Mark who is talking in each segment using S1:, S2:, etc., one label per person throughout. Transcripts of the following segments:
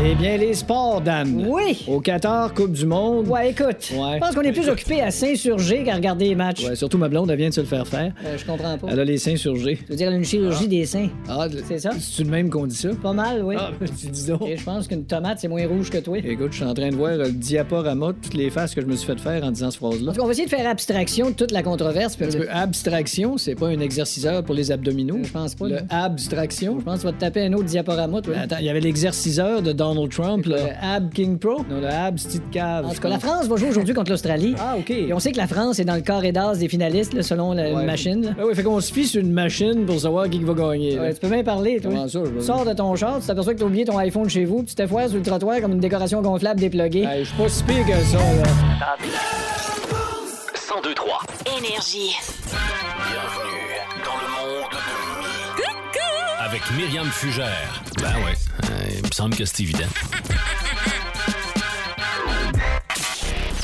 S1: Eh bien, les sports, Dan.
S2: Oui.
S1: Au Qatar, Coupe du Monde.
S2: Ouais, écoute,
S1: Ouais.
S2: je pense qu'on est plus
S1: Écoute.
S2: occupé à s'insurger qu'à regarder les matchs.
S1: Ouais, surtout ma blonde, elle vient de se le faire faire.
S2: Euh, je comprends pas.
S1: Elle a les seins surgés.
S2: Tu veux dire une chirurgie des seins?
S1: Ah,
S2: C'est ça?
S1: C'est-tu le même qu'on dit ça?
S2: Pas mal, oui.
S1: Ah, ben, tu dis donc.
S2: Et je pense qu'une tomate, c'est moins rouge que toi.
S1: Écoute, je suis en train de voir le diaporama de toutes les faces que je me suis fait faire en disant cette
S2: En
S1: phrase-là.
S2: tout cas, on va essayer de faire abstraction de toute la controverse. puis-
S1: Parce que abstraction, c'est pas un exerciceur pour les abdominaux.
S2: ben, Je pense pas,
S1: Le
S2: non.
S1: abstraction.
S2: Je pense que tu vas te taper un autre diaporama, toi.
S1: Attends, il y avait l'exerciceur de Donald Trump, là.
S2: Le
S1: Ab King Pro. Non, le Ab Steve Cave.
S2: En tout cas, la France va jouer aujourd'hui contre l'Australie.
S1: Ah, OK.
S2: Et on sait que la France est dans le corps et d'as des finalistes, là, selon la
S1: Ouais.
S2: machine. là.
S1: Ah oui, fait qu'on se fie sur une machine pour savoir qui va gagner. là.
S2: Ouais, tu peux bien parler, toi.
S1: Comment ça, je veux-
S2: Sors de ton char, tu t'aperçois que t'as oublié ton iPhone chez vous, puis tu te foires sur le trottoir comme une décoration gonflable dépluguée.
S1: Hey, je suis pas si pire que ça, là.
S3: 1023.
S4: Énergie.
S3: Bienvenue dans le monde de Mi. Avec Myriam Fugère. Ben ouais, il me semble que c'est évident.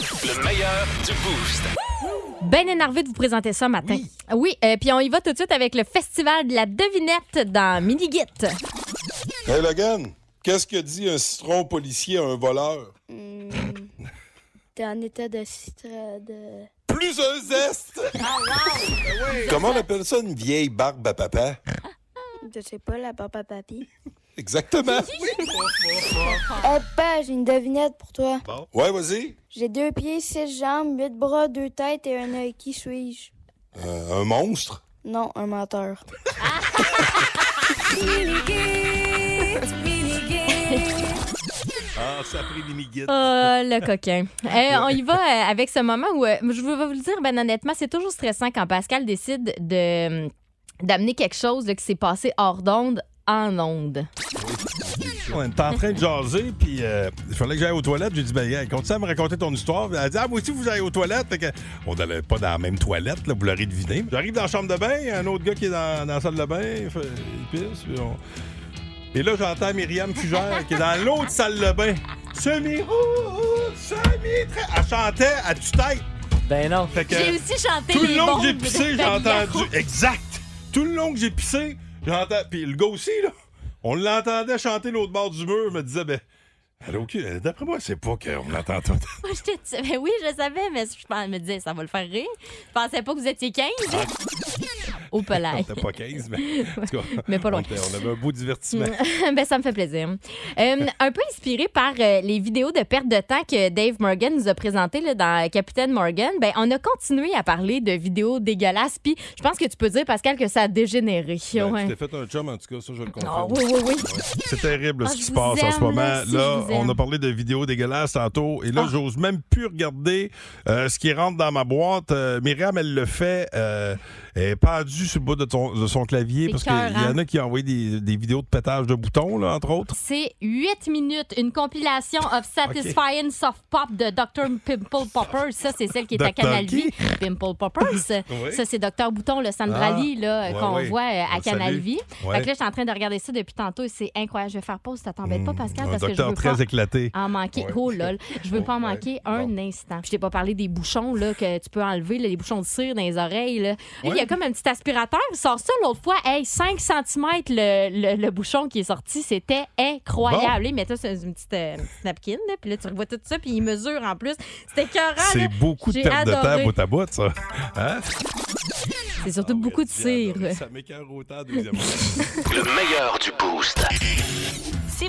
S3: Le meilleur du boost.
S5: Ben énervé de vous présenter ça matin. Oui, euh, puis on y va tout de suite avec le festival de la devinette dans Minigit.
S6: Hey Logan, qu'est-ce que dit un citron policier à un voleur?
S7: T'es en état de... stra- de...
S6: Plus un zeste!
S8: Ah
S6: Comment on appelle ça une vieille barbe à papa?
S7: Je sais pas, la papa papy.
S6: Exactement.
S7: Hop, bah, j'ai une devinette pour toi.
S6: Ouais, vas-y.
S7: J'ai deux pieds, six jambes, huit bras, deux têtes et un œil. Qui suis-je?
S6: Euh, un monstre?
S7: Non, un menteur.
S9: Ah, ça a pris des miguettes.
S5: Oh, le coquin. Euh, on y va euh, avec ce moment où, euh, je vais vous le dire, ben honnêtement, c'est toujours stressant quand Pascal décide de euh, d'amener quelque chose là, qui s'est passé hors d'onde en onde.
S9: On était en train de jaser, puis euh, il fallait que j'aille aux toilettes. J'ai dit, ben, gars, continue à me raconter ton histoire. Elle a dit, ah, moi aussi, vous allez aux toilettes. Fait que, on n'allait pas dans la même toilette, là, vous l'aurez deviné. J'arrive dans la chambre de bain, il y a un autre gars qui est dans, dans la salle de bain, il, fait- il pisse, puis on- Et là, j'entends Myriam Fugère qui est dans l'autre salle de bain. Semi-route, semi-train. Elle chantait à tue-tête.
S1: Ben non.
S9: Fait que-
S5: J'ai aussi chanté
S9: Tout
S5: les
S9: le long
S5: bombes
S9: que j'ai
S5: de
S9: pissé, j'ai
S5: Fabien Gros.
S9: entendu. Exact. Tout le long que j'ai pissé, j'entends. Puis le gars aussi, là, on l'entendait chanter l'autre bord du mur. Il me disait, ben, elle a aucune- D'après moi, c'est pas qu'on l'entend tout.
S5: Moi, j'étais dessus. Ben oui, je savais, mais je pense- me disais, ça va le faire rire. Je pensais pas que vous étiez 15. Au
S9: On
S5: palais.
S9: était pas 15, mais. en tout cas,
S5: Mais pas loin.
S9: On, était- on avait un beau divertissement.
S5: ben, ça me fait plaisir. Euh, un peu inspiré par euh, les vidéos de perte de temps que Dave Morgan nous a présentées là, dans Capitaine Morgan, ben, on a continué à parler de vidéos dégueulasses. Puis je pense que tu peux dire, Pascal, que ça a dégénéré.
S9: Ben,
S5: Ouais.
S9: Tu t'es fait un chum, en tout cas, ça, je le
S5: Ah,
S9: confirme.
S5: oui, oui, oui.
S9: C'est terrible
S5: Ah,
S9: ce qui
S5: je
S9: se
S5: vous
S9: passe en ce
S5: aime,
S9: moment.
S5: là,
S9: Là,
S5: si, je vous
S9: on
S5: aime.
S9: a parlé de vidéos dégueulasses tantôt. Et là,
S5: Ah.
S9: j'ose même plus regarder euh, ce qui rentre dans ma boîte. Euh, Myriam, elle le fait. euh, elle est pendue sur le bout de, ton- de son clavier.
S5: C'est
S9: Parce qu'il y en
S5: écœurant.
S9: a qui ont envoyé des, des vidéos de pétage de boutons, là, entre autres.
S5: C'est 8 minutes, une compilation of Satisfying Soft Pop de Dr. Pimple Poppers. Ça, c'est celle qui est à
S9: Dr.
S5: Canal
S9: qui?
S5: Vie. Pimple Poppers.
S9: Oui.
S5: Ça, c'est Dr. Bouton, le Sandra
S9: Ah,
S5: Lee, là,
S9: ouais,
S5: qu'on
S9: ouais.
S5: voit euh,
S9: On
S5: à
S9: le
S5: Canal
S9: salue.
S5: Vie.
S9: Ouais.
S5: Fait que là, je suis en train de regarder ça depuis tantôt et c'est incroyable. Je vais faire pause, ça t'embête pas, Pascal,
S9: Hmm, Un
S5: parce que je
S9: docteur
S5: veux
S9: très
S5: pas
S9: éclaté.
S5: en manquer.
S9: Ouais.
S5: Oh lol, je veux pas en
S9: Ouais.
S5: manquer un instant. Puis je t'ai pas parlé des bouchons là, que tu peux enlever, là, les bouchons de cire dans les oreilles. là. Lui, Il y a comme un petit aspirateur, il sort ça l'autre fois. Hey, 5 cm le, le- le bouchon qui est sorti, c'était incroyable. Il mettait ça sur une petite, euh, une petite napkin, là, puis là tu revois tout ça, puis il mesure en plus. C'était écœurant. Ah, là.
S9: C'est beaucoup de
S5: J'ai
S9: perte de
S5: adoré.
S9: temps bout à bout, ça. Hein?
S5: C'est surtout
S9: Ah,
S5: beaucoup de cire.
S9: Ça m'écœure autant, deuxième
S3: Le meilleur du boost.
S4: Si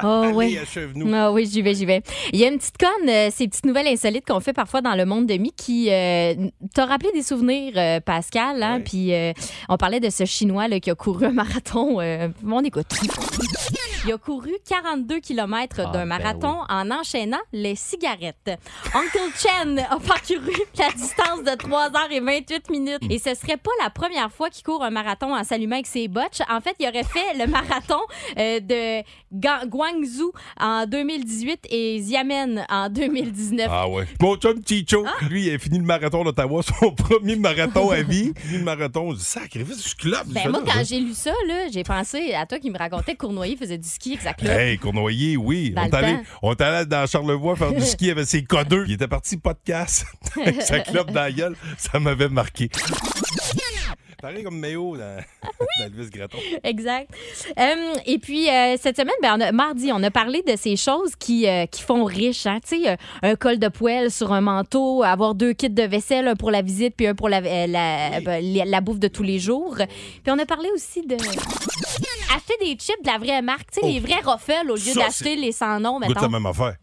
S5: Oh, ouais.
S9: Allez, achève-nous.
S5: Ah oui, j'y vais, j'y vais. Il y a une petite conne, euh, ces petites nouvelles insolites qu'on fait parfois dans le monde de mi qui euh, t'a rappelé des souvenirs, euh, Pascal. Hein?
S9: Ouais.
S5: Puis euh, on parlait de ce Chinois là, qui a couru un marathon. euh, on écoute. Il a couru 42
S9: Ah,
S5: km
S9: ben
S5: d'un marathon en enchaînant les cigarettes. Uncle Chen a parcouru la distance de 3 heures et 28 minutes. Et ce serait pas la première fois qu'il court un marathon en s'allumant avec ses botches. En fait, il aurait fait le marathon euh, de Ga- Guangzhou Guangzhou en 2018 et Xiamen en 2019.
S9: Ah ouais. Mon chum Chicho, lui, il a fini le marathon d'Ottawa, son premier marathon à vie. Il a fini le marathon, je dis, sacrifice, je suis club.
S5: Ben, moi,
S9: hein?
S5: quand j'ai lu ça, là, j'ai pensé à toi qui me racontais que Cournoyer faisait du ski exactement.
S9: Hey, Cournoyer, oui.
S5: Dans
S9: on
S5: le
S9: est allé-
S5: temps.
S9: on est allé dans Charlevoix faire du ski avec ses codeux. Il était parti podcast avec sa clope dans la gueule. Ça m'avait marqué. Pareil comme Méo dans,
S5: Ah
S9: dans Elvis Gratton.
S5: Exact. Euh, et puis, euh, cette semaine, ben, on a- mardi, on a parlé de ces choses qui, euh, qui font riche. Hein? Tu sais, euh, un col de poêle sur un manteau, avoir deux kits de vaisselle, un pour la visite puis un pour la, euh, la, ben, les- la bouffe de tous les jours. Puis, on a parlé aussi de. Acheter des chips de la vraie marque, tu sais,
S9: Oh.
S5: les vrais Ruffles au lieu
S9: Ça,
S5: d'acheter les sans nom,
S9: Goûte la
S5: mettons.
S9: même affaire.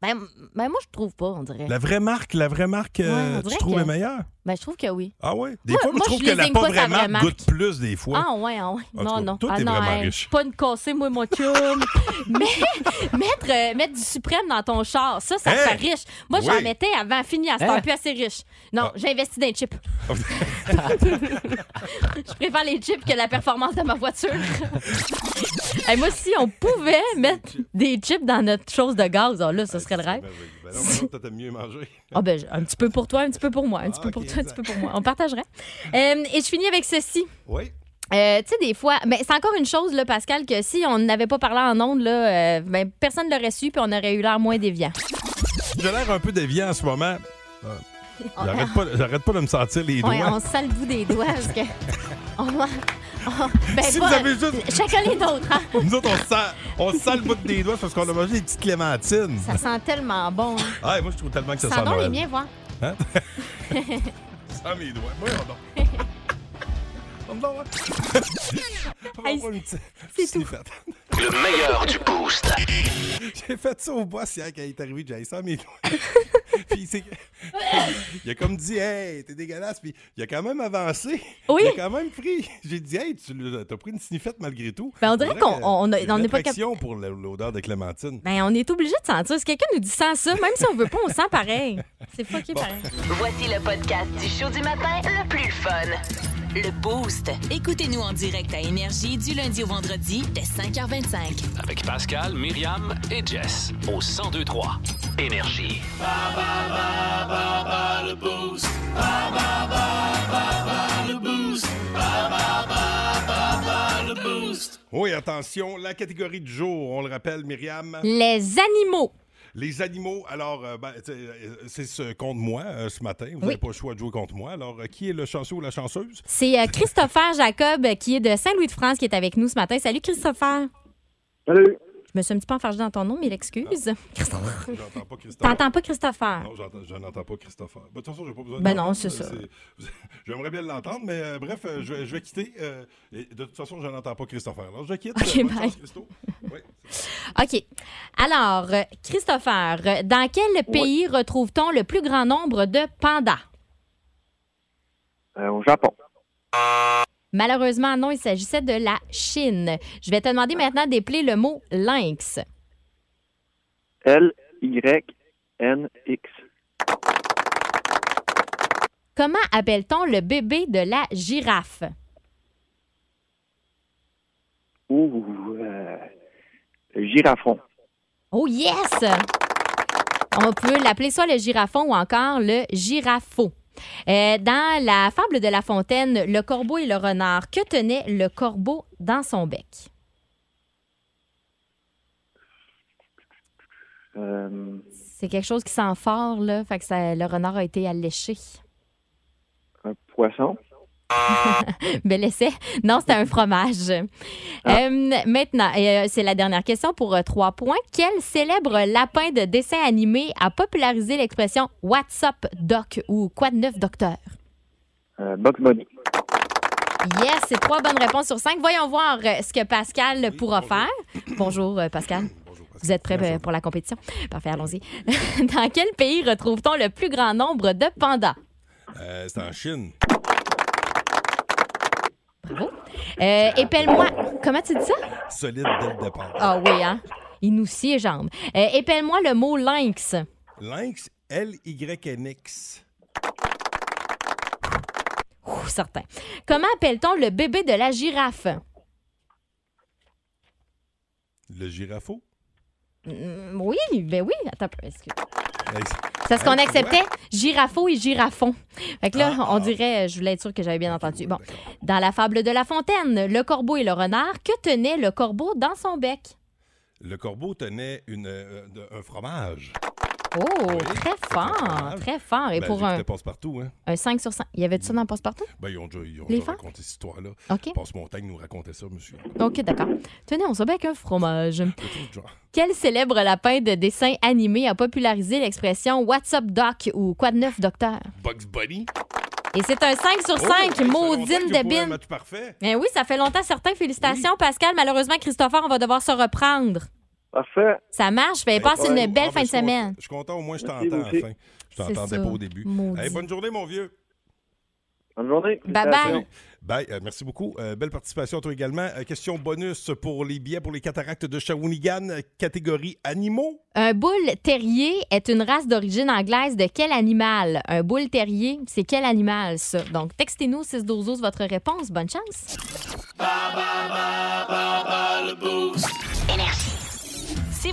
S5: Ben, ben, moi, je trouve pas, on dirait.
S9: La vraie marque, la vraie marque, euh,
S5: Ouais, on
S9: tu
S5: dirait
S9: trouves
S5: que-
S9: est meilleure?
S5: Ben, je trouve que oui.
S9: Ah ouais? Des
S5: Moi-
S9: fois,
S5: moi,
S9: je trouve
S5: je
S9: que
S5: les
S9: la
S5: aime
S9: pas
S5: pas, ta
S9: vraiment
S5: vraie marque.
S9: goûte plus des fois.
S5: Ah ouais, ah ouais.
S9: En tout
S5: non,
S9: cas,
S5: non.
S9: toi,
S5: ah
S9: t'es
S5: non,
S9: vraiment
S5: hey,
S9: riche.
S5: je suis Pas une cassée, moi, mon chum. Mais mettre, euh, mettre du suprême dans ton char, ça, ça
S9: Hey!
S5: fait riche. Moi, j'en
S9: Oui.
S5: mettais avant fini, à ce temps
S2: Hein?
S5: plus assez riche. Non,
S9: Ah.
S5: j'ai investi dans les chips. je préfère les chips que la performance de ma voiture. Hey, moi, si on pouvait mettre des chips dans notre chose de gaz, oh là, ce serait le rêve.
S9: Ben non, ben non, toi, t'aimes mieux manger.
S5: Ah ben, un petit peu pour toi, un petit peu pour moi, un petit
S9: Ah,
S5: peu pour
S9: ok,
S5: toi, un petit
S9: exact.
S5: peu pour moi. On partagerait. Euh, et je finis avec ceci.
S9: Oui.
S5: Euh, tu sais, des fois, ben, c'est encore une chose, là, Pascal, que si on n'avait pas parlé en ondes, là, euh, ben, personne ne l'aurait su, puis on aurait eu l'air moins déviant.
S9: J'ai l'air un peu dévié en ce moment. Euh, J'arrête pas, j'arrête pas de me sentir les doigts.
S5: Ouais, on se sale le bout des doigts, parce que. on- on- ben,
S9: si vous
S5: pas-
S9: avez juste.
S5: Chacun les nôtres, hein.
S9: Nous autres, on se sent, on se sent le bout des doigts parce qu'on a mangé des petites clémentines.
S5: Ça sent tellement bon. hein.
S9: Ah, moi, je trouve tellement que ça
S5: Sens
S9: sent
S5: donc les
S9: Noël.
S5: miens, voir.
S9: Ça sent mes doigts. Moi, on dort. On me dort,
S5: Hey, c'est tout.
S3: Le meilleur du boost.
S9: J'ai fait ça au boss hier quand il est arrivé, j'ai ça, mais. puis c'est. il a comme dit, hey, t'es dégueulasse. Puis il a quand même avancé.
S5: Oui.
S9: Il a quand même pris. J'ai dit, hey, tu l'as- t'as pris une sniffette malgré tout.
S5: Ben, on dirait qu'on-
S9: que-
S5: on- on a-
S9: il y a
S5: on
S9: une
S5: n'est pas cap-
S9: attraction pour la- l'odeur de clémentine.
S5: Ben, on est obligé de sentir. Si quelqu'un nous dit sans ça, même si on veut pas, on sent pareil. C'est fucké pareil.
S4: Voici le podcast du show du matin le plus fun. Le Boost.
S10: Écoutez-nous en direct à Énergie du lundi au vendredi dès 5h25.
S3: Avec Pascal, Myriam et Jess. Au 1023 Énergie.
S9: Oui, attention, la catégorie du jour, on le rappelle, Myriam.
S5: Les animaux.
S9: Les animaux, alors, euh, ben, t'sais, euh, c'est ce contre moi euh, ce matin. Vous
S5: Oui.
S9: n'avez pas le choix de jouer contre moi. Alors, euh, qui est le chanceux ou la chanceuse?
S5: C'est euh, Christopher Jacob euh, qui est de Saint-Louis-de-France qui est avec nous ce matin. Salut Christopher.
S11: Salut.
S5: Je me suis un petit peu enfargée dans ton nom, mais l'excuse. Christopher.
S9: J'entends pas Christophe.
S5: T'entends pas Christopher?
S9: Non, j'entends- je n'entends pas Christopher. Ben, De toute façon, j'ai pas besoin de
S5: Ben
S9: l'entendre.
S5: non, c'est
S9: Euh,
S5: ça.
S9: J'aimerais bien l'entendre, mais euh, bref, euh, je, vais- je vais quitter. euh, et de toute façon, je n'entends pas Christopher. Alors, je quitte.
S5: Ok,
S9: Euh, bonne
S5: bye.
S9: chance, Christo. Oui.
S5: OK. Alors, euh, Christopher, euh, dans quel pays retrouve-t-on le plus grand nombre de pandas?
S11: Euh, au Japon.
S5: Malheureusement, non, il s'agissait de la Chine. Je vais te demander maintenant d'épeler le mot lynx.
S11: L, Y, N, X.
S5: Comment appelle-t-on le bébé de la girafe?
S11: Ouh. euh, girafon.
S5: Oh yes! On peut l'appeler soit le girafon ou encore le girafo. Euh, dans la fable de La Fontaine, le corbeau et le renard, que tenait le corbeau dans son bec?
S11: Euh,
S5: C'est quelque chose qui sent fort, là. Fait que ça- le renard a été alléché.
S11: un poisson.
S5: Bel essai. Non, c'était un fromage. Euh, maintenant, euh, c'est la dernière question pour euh, trois points. Quel célèbre lapin de dessin animé a popularisé l'expression What's up, doc ou Quoi de neuf, docteur?
S11: Euh, Bugs Bunny.
S5: Yes, c'est trois bonnes réponses sur cinq. Voyons voir euh, ce que Pascal pourra faire. Bonjour, euh, Pascal.
S9: Bonjour, Pascal.
S5: Vous êtes prêt euh, pour la compétition? Parfait, allons-y. Dans quel pays retrouve-t-on le plus grand nombre de pandas?
S9: Euh, c'est en Chine.
S5: Bravo. Euh, épelle-moi. Comment tu dis ça?
S9: Solide dès le départ.
S5: Ah oui, hein? Il nous scie les jambes. Euh, épelle-moi le mot lynx.
S9: Lynx, L-Y-N-X.
S5: Ouh, certain. Comment appelle-t-on le bébé de la girafe?
S9: Le girafeau.
S5: Mm, Oui, ben oui. Attends, un peu, excuse.
S9: Hey,
S5: C'est parce qu'on
S9: Hey,
S5: acceptait
S9: ouais.
S5: girafo et girafon. Fait que là,
S9: Ah,
S5: on
S9: ah.
S5: dirait, euh, je voulais être sûre que j'avais bien entendu. Bon. Dans la fable de La Fontaine, le corbeau et le renard, que tenait le corbeau dans son bec?
S9: Le corbeau tenait une, euh, de- un fromage.
S5: Oh, très fort,
S9: grave.
S5: très fort. Et
S9: Ben,
S5: pour
S9: j'ai
S5: un,
S9: écouté Passe-Partout, hein?
S5: un 5 sur 5. Il y avait ça dans Passe-Partout?
S9: Ben, ils ont déjà, ils ont
S5: Les
S9: déjà
S5: femmes?
S9: raconté cette histoire-là.
S5: OK.
S9: Passe-Montagne nous racontait ça, monsieur.
S5: OK, d'accord. Tenez, on se bat avec un fromage.
S9: Genre.
S5: Quel célèbre lapin de dessin animé a popularisé l'expression What's up, Doc ou Quoi de neuf, docteur?
S9: Bugs Bunny.
S5: Et c'est un 5 sur 5,
S9: hey, Oh, ça fait longtemps
S5: maudine
S9: que j'ai pas eu un
S5: débine.
S9: match parfait.
S5: Ben oui, ça fait longtemps, certains. Félicitations, Pascal. Malheureusement, Christopher, on va devoir se reprendre.
S11: Parfait.
S5: Ça marche. Ben,
S9: Ben,
S5: passe
S9: bravo.
S5: une belle
S9: Ah, ben,
S5: fin de
S9: je suis content.
S5: semaine.
S9: Je suis content, au moins je
S11: Merci,
S9: t'entends
S11: vous aussi.
S9: enfin. Je t'entendais
S5: ça.
S9: pas au début. Eh,
S5: Maudit.
S9: Hey, bonne journée, mon vieux.
S11: Bonne journée.
S5: Bye bye.
S9: Bye, euh, merci beaucoup. Euh, belle participation à toi également. Euh, question bonus pour les billets pour les cataractes de Shawinigan, euh, catégorie animaux.
S5: Un boule terrier est une race d'origine anglaise de quel animal? Un boule terrier, c'est quel animal, ça? Donc, textez-nous 612 votre réponse. Bonne chance.
S4: Si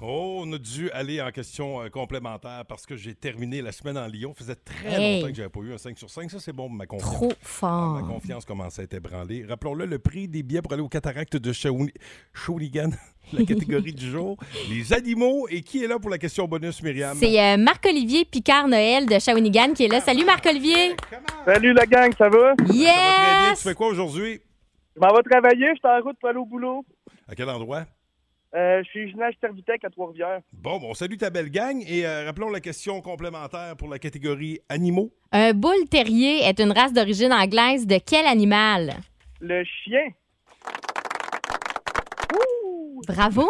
S9: Oh, on a dû aller en question euh, complémentaire parce que j'ai terminé la semaine en Lyon. Ça faisait très
S5: Hey.
S9: longtemps que j'avais pas eu un 5 sur 5. Ça, c'est bon pour ma confiance.
S5: Trop
S9: Ma
S5: fort.
S9: confiance commençait à être ébranlée. Rappelons-le, le prix des billets pour aller aux cataractes de Shawni- Shawinigan, la catégorie du jour, les animaux. Et qui est là pour la question bonus, Myriam?
S5: C'est euh, Marc-Olivier Picard-Noël de Shawinigan qui est là. Salut, Marc-Olivier.
S11: Salut la gang, ça va?
S9: Ça va très bien. Tu
S5: Yes!
S9: fais quoi aujourd'hui?
S11: Je m'en vais travailler, je suis en route pour aller au boulot.
S9: À quel endroit?
S11: Euh, je suis ginage Tervitec à Trois-Rivières.
S9: Bon, bon, salut ta belle gang et euh, rappelons la question complémentaire pour la catégorie animaux.
S5: Un boule terrier est une race d'origine anglaise de quel animal?
S11: Le chien.
S5: Bravo.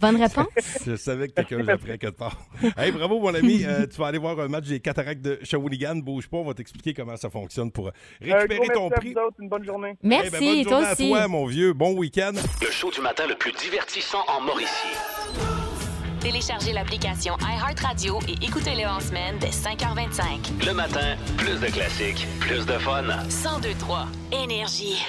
S5: Bonne réponse.
S9: Je savais que quelqu'un l'apprêt quelque part. Hey, bravo mon ami, Euh, tu vas aller voir un match des cataractes de Shawinigan, bouge pas, on va t'expliquer comment ça fonctionne pour
S11: Un
S9: récupérer
S11: gros
S9: ton
S11: merci à
S9: prix.
S11: Euh, vous autres, une bonne journée.
S9: Eh
S5: Merci,
S9: ben, bonne journée
S5: toi
S9: à
S5: aussi.
S9: toi mon vieux, bon week-end.
S3: Le show du matin le plus divertissant en Mauricie.
S4: Téléchargez l'application iHeartRadio et écoutez-le en semaine dès 5h25.
S3: Le matin, plus de classiques, plus de fun.
S4: 1023 Énergie.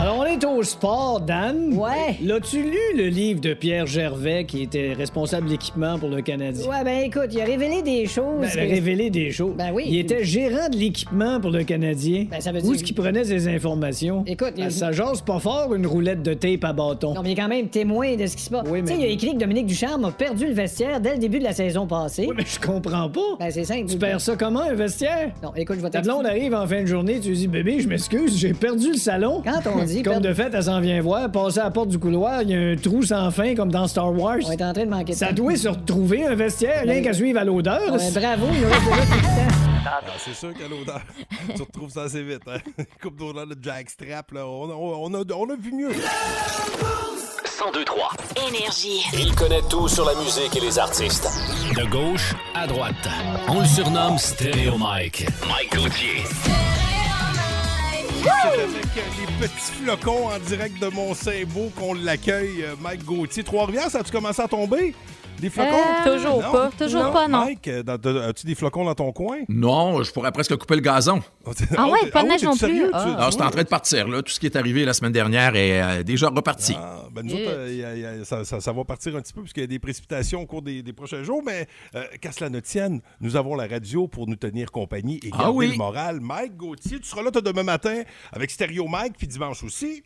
S1: Alors, on est au sport, Dan.
S2: Ouais.
S1: L'as-tu lu le livre de Pierre Gervais qui était responsable de l'équipement pour le Canadien?
S2: Ouais, ben écoute, il a révélé des choses.
S1: Ben,
S2: que-
S1: il a révélé des choses.
S2: Ben oui.
S1: Il était gérant de l'équipement pour le Canadien.
S2: Ben, ça veut
S1: Où
S2: dire-
S1: est-ce qu'il prenait ses informations?
S2: Écoute, il-
S1: Ben, ça jase pas fort une roulette de tape à bâton.
S2: Non, mais il est quand même témoin de ce qui se passe.
S1: Oui, mais-
S2: Tu sais, il a écrit que Dominique Ducharme a perdu le vestiaire dès le début de la saison passée.
S1: Oui, mais je comprends pas.
S2: Ben, c'est simple.
S1: tu perds ça comment, un vestiaire?
S2: Non, écoute, je vais
S1: Ta blonde
S2: t'expliquer.
S1: arrive en fin de journée, tu dis bébé, je m'excuse, j'ai perdu le salon.
S2: Quand on dit
S1: Comme
S2: perdre-
S1: de fait, elle s'en vient voir, passer à la porte du couloir, il y a un trou sans fin comme dans Star Wars.
S2: On est en train de manquer de
S1: Ça
S2: temps.
S1: doit se retrouver un vestiaire, rien
S2: Ben,
S1: qu'à suivre à l'odeur.
S2: Ouais, ben bravo, il nous reste déjà tout le temps.
S9: Ah, c'est sûr qu'à l'odeur, tu retrouves ça assez vite. hein. Coupe d'odeur de jackstrap, là. On, on- on a, on a vu mieux.
S3: 1023.
S4: Énergie.
S3: Il connaît tout sur la musique et les artistes. De gauche à droite. On le surnomme Stéréo Mike. Mike Gauthier.
S9: C'est avec euh, les petits flocons en direct de Mont-Saint-Beau qu'on l'accueille, euh, Mike Gauthier. Trois-Rivières, ça a-tu commencé à tomber? Des flocons?
S5: Euh, toujours
S9: Non.
S5: pas, toujours pas, non.
S9: Mike, euh, dans- dans- as-tu des flocons dans ton coin?
S8: Non, je pourrais presque couper le gazon.
S5: Ah ouais,
S9: t'es-
S5: pas de neige
S9: t'es-tu
S5: non plus?
S9: sérieux? Tu-
S5: Ah.
S9: tu
S8: Ah, c'est
S9: vois?
S8: en train de partir, là. Tout ce qui est arrivé la semaine dernière est euh, déjà reparti.
S9: Ah, ben nous autres, euh, y a- y a- ça, ça- ça va partir un petit peu puisqu'il y a des précipitations au cours des, des prochains jours, mais euh, qu'à cela ne tienne, nous avons la radio pour nous tenir compagnie et garder
S8: Ah oui.
S9: le moral. Mike Gauthier, tu seras là toi, demain matin avec Stereo Mike, puis dimanche aussi.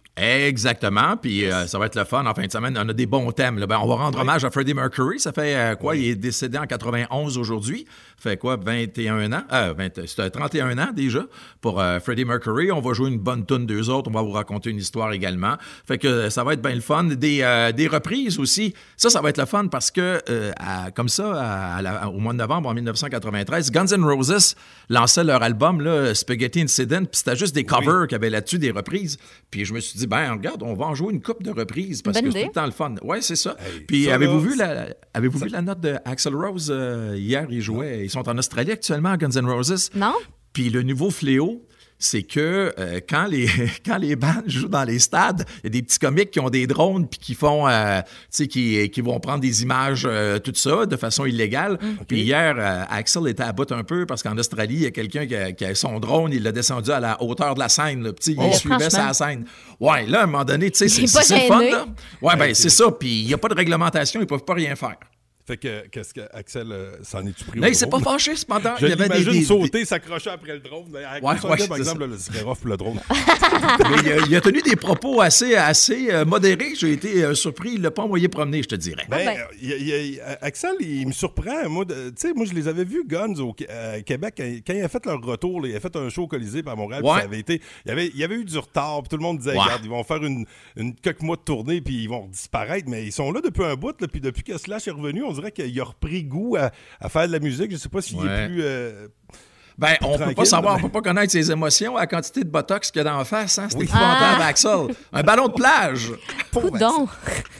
S8: Exactement. Puis euh, ça va être le fun en fin de semaine. On a des bons thèmes. là. Ben, on va rendre hommage à Freddie Mercury. Ça fait euh, quoi? Il est décédé en 91 aujourd'hui. Fait quoi? 21 ans? Euh, 20 c'est, euh, 31 ans déjà pour euh, Freddie Mercury. On va jouer une bonne tune d'eux autres. On va vous raconter une histoire également. Fait que euh, ça va être bien le fun. Des, euh, des reprises aussi. Ça, ça va être le fun parce que euh, à- comme ça, à- à la- au mois de novembre en 1993, Guns N' Roses lançait leur album là, Spaghetti Incident. Puis c'était juste des covers qu'il y avait là-dessus, des reprises. Puis je me suis dit, ben regarde, on va en jouer une coupe de reprises parce
S5: Bonne
S8: que c'est
S5: idée.
S8: tout le temps le fun. Ouais, c'est ça.
S9: Hey,
S8: Puis
S9: ça,
S8: avez-vous
S9: là,
S8: vu la, Avez-vous vu la note de Axel Rose euh, hier? Ils jouaient. Ils sont en Australie actuellement, Guns N' Roses.
S5: Non?
S8: Puis le nouveau fléau, c'est que euh, quand, les, quand les bandes jouent dans les stades, il y a des petits comiques qui ont des drones puis qui font, euh, tu sais, qui, qui vont prendre des images, euh, tout ça, de façon illégale. Puis hier, euh, Axel était à bout un peu parce qu'en Australie, il y a quelqu'un qui, a- qui a son drone, il l'a descendu à la hauteur de la scène. Là, Puis, tu sais, il
S5: Oh.
S8: suivait
S5: Franchement.
S8: sa scène. Ouais, là, à un moment donné, tu sais,
S5: Il
S8: c'est
S5: est pas
S8: c'est le fun,
S5: gêné.
S8: là. Ouais, ben c'est ça. Puis il n'y a pas de réglementation, ils peuvent pas rien faire.
S9: Fait que, qu'est-ce que Axel euh, s'en est-tu pris
S8: Là,
S9: au
S8: il s'est
S9: drone?
S8: pas fâché, cependant.
S9: Je
S8: Il y avait des-
S9: l'imagine
S8: des-
S9: sauter, s'accrocher après le drone. Là,
S8: Ouais,
S9: ça,
S8: ouais,
S9: là, par
S8: c'est
S9: exemple, le Zikarov puis le drone.
S8: Mais il, a, il a tenu des propos assez, assez euh, modérés. J'ai été euh, surpris. Il l'a pas envoyé promener, je te dirais.
S9: Ben, euh, il- il- il- euh, Axel, il me surprend. Moi, de- tu sais, moi, je les avais vus, Guns, au Qué- euh, Québec, quand, quand il a fait leur retour. là, il a fait un show au Colisée puis à Montréal. puis
S8: Ouais.
S9: Ça avait été, il, y avait, il y avait eu du retard. puis tout le monde disait,
S8: Ouais.
S9: regarde, ils vont faire une, une quelques mois de tournée puis ils vont disparaître. Mais ils sont là depuis un bout. là, puis depuis que Slash est revenu, on dirait qu'il a repris goût à, à faire de la musique. Je sais pas s'il est
S8: Ouais.
S9: plus... euh,
S8: Ben, on peut
S9: tranquille,
S8: pas savoir, on
S9: mais-
S8: peut pas connaître ses émotions à la quantité de botox qu'il y a dans la face. Hein? C'est épouvantable,
S5: Ah.
S8: Axel. Un ballon de plage.
S5: Coudon.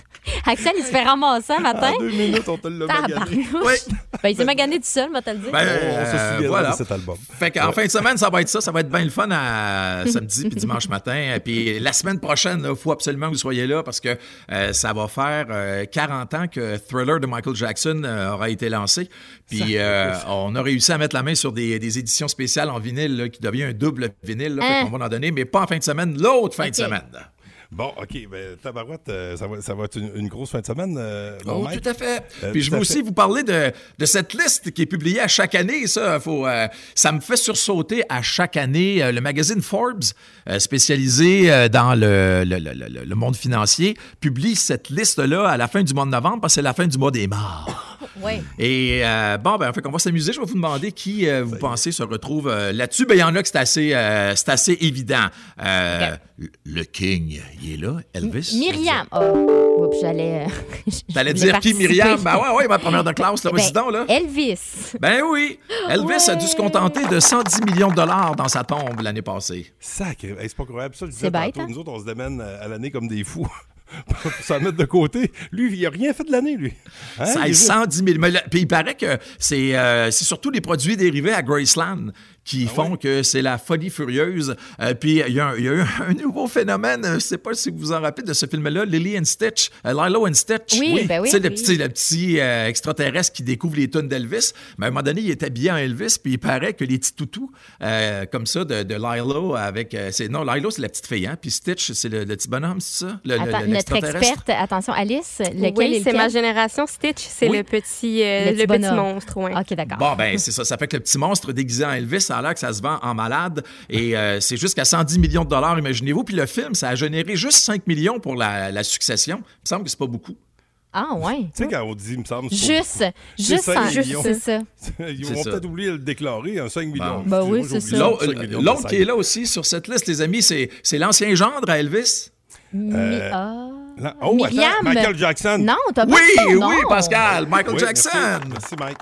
S5: Axel, il se fait ramasser un matin.
S9: En deux minutes, on te l'a magané.
S5: Tabarnouche. Ben, il s'est magané tout seul, moi, t'as le dit.
S8: Ben,
S9: on se
S8: euh,
S9: souviendra
S8: voilà.
S9: de cet album.
S8: Fait qu'en
S9: Ouais.
S8: fin de semaine, ça va être ça. Ça va être bien le fun à samedi puis dimanche matin. Puis la semaine prochaine, il faut absolument que vous soyez là parce que euh, ça va faire euh, 40 ans que Thriller de Michael Jackson euh, aura été lancé. Puis euh, on a réussi à mettre la main sur des, des éditions spéciales en vinyle là, qui devient un double vinyle. Là, Fait
S5: Hein?
S8: qu'on va en donner, mais pas en fin de semaine, l'autre fin de
S5: Ok.
S8: semaine.
S9: Bon, OK, ben, Tabarouette, euh, ça, va, ça va être une, une grosse fin de semaine, euh, mon
S8: Oh,
S9: maître.
S8: tout à fait.
S9: Euh,
S8: Puis je
S9: tout à
S8: veux aussi
S9: fait.
S8: vous parler de, de cette liste qui est publiée à chaque année. Ça, faut, euh, ça me fait sursauter à chaque année. Euh, le magazine Forbes, euh, spécialisé euh, dans le, le- le- le- le monde financier, publie cette liste-là à la fin du mois de novembre parce que c'est la fin du mois des morts.
S5: Oui.
S8: Et euh, bon, ben, fait qu'on va s'amuser. Je vais vous demander qui euh, vous pensez se retrouve euh, là-dessus. Ben, il y en a que c'est assez, euh, c'est assez évident. Euh, le- Le King, il est là. Elvis.
S5: Myriam. Oh. Oups, j'allais. euh,
S8: T'allais
S5: je voulais
S8: dire qui,
S5: participer.
S8: Myriam? Ben ouais, ouais, ma première de classe, là,
S5: Ben,
S8: vas-y donc, là.
S5: Elvis.
S8: Ben oui, Elvis a dû se contenter de 110 millions de dollars dans sa tombe l'année passée.
S9: Sacré. Hey, c'est pas croyable. Ça, je
S5: C'est
S9: disais tantôt,
S5: bête, hein?
S9: nous autres, on se démène euh, à l'année comme des fous pour s'en mettre de côté. Lui, il a rien fait de l'année, lui. Hein,
S8: Ça,
S9: il est juste-
S8: 110 000. Mais là, puis il paraît que c'est euh, c'est surtout les produits dérivés à Graceland qui
S9: Ah
S8: font que c'est la folie furieuse. Euh, puis il y, a un- il y a eu un nouveau phénomène, euh, je sais pas si vous vous en rappelez de ce film-là, Lily and Stitch, euh, Lilo and Stitch.
S5: Oui, ben oui,
S8: Tu sais, le
S5: oui.
S8: petit, le petit euh, extraterrestre qui découvre les tunes d'Elvis. Mais à un moment donné, il est habillé en Elvis, puis il paraît que les petits toutous euh, comme ça de, de Lilo avec... euh, c'est- non, Lilo, c'est la petite fille, hein, puis Stitch, c'est le, le petit bonhomme, c'est ça? Le, le-
S5: Attends,
S8: le-
S5: notre
S8: l'extraterrestre?
S5: experte, attention, Alice, lequel
S12: oui,
S5: est
S12: c'est
S5: lequel?
S12: ma génération. Stitch, c'est
S8: Oui.
S12: le petit, euh,
S5: Le
S12: le petit,
S5: petit bonhomme. Ah,
S12: monstre. ouais.
S5: OK, d'accord.
S8: Bon, ben, c'est ça. Ça fait que le petit monstre déguisé en Elvis, ça a l'air que ça se vend en malade. Et euh, c'est jusqu'à 110 millions de dollars, imaginez-vous. Puis le film, ça a généré juste 5 millions pour la, la succession. Il me semble que c'est pas beaucoup.
S5: Ah, ouais.
S8: hein?
S9: Tu sais, quand on dit, il me semble. c'est
S5: Juste,
S9: C'est
S5: juste,
S9: cinq
S5: en-
S9: millions.
S5: c'est ça.
S9: pas- Ils
S8: C'est
S9: vont
S8: ça.
S9: peut-être oublier de le déclarer, un 5 millions.
S5: Bah oui,
S9: Excusez-moi,
S5: c'est
S9: j'ai
S5: ça.
S8: L'autre euh,
S9: oublié le 5 millions de
S8: l'autre qui est
S9: scène.
S8: là aussi sur cette liste, les amis, c'est c'est l'ancien gendre à Elvis.
S5: Mi-
S9: Euh,
S5: ah.
S9: Là- Oh, attends,
S5: Myriam.
S9: Michael Jackson.
S5: Ah, ben Non, t'as pas
S8: Oui,
S5: dit son nom.
S8: oui, Pascal, Ah, Michael
S9: Oui, merci.
S8: Jackson.
S9: Merci, Mike.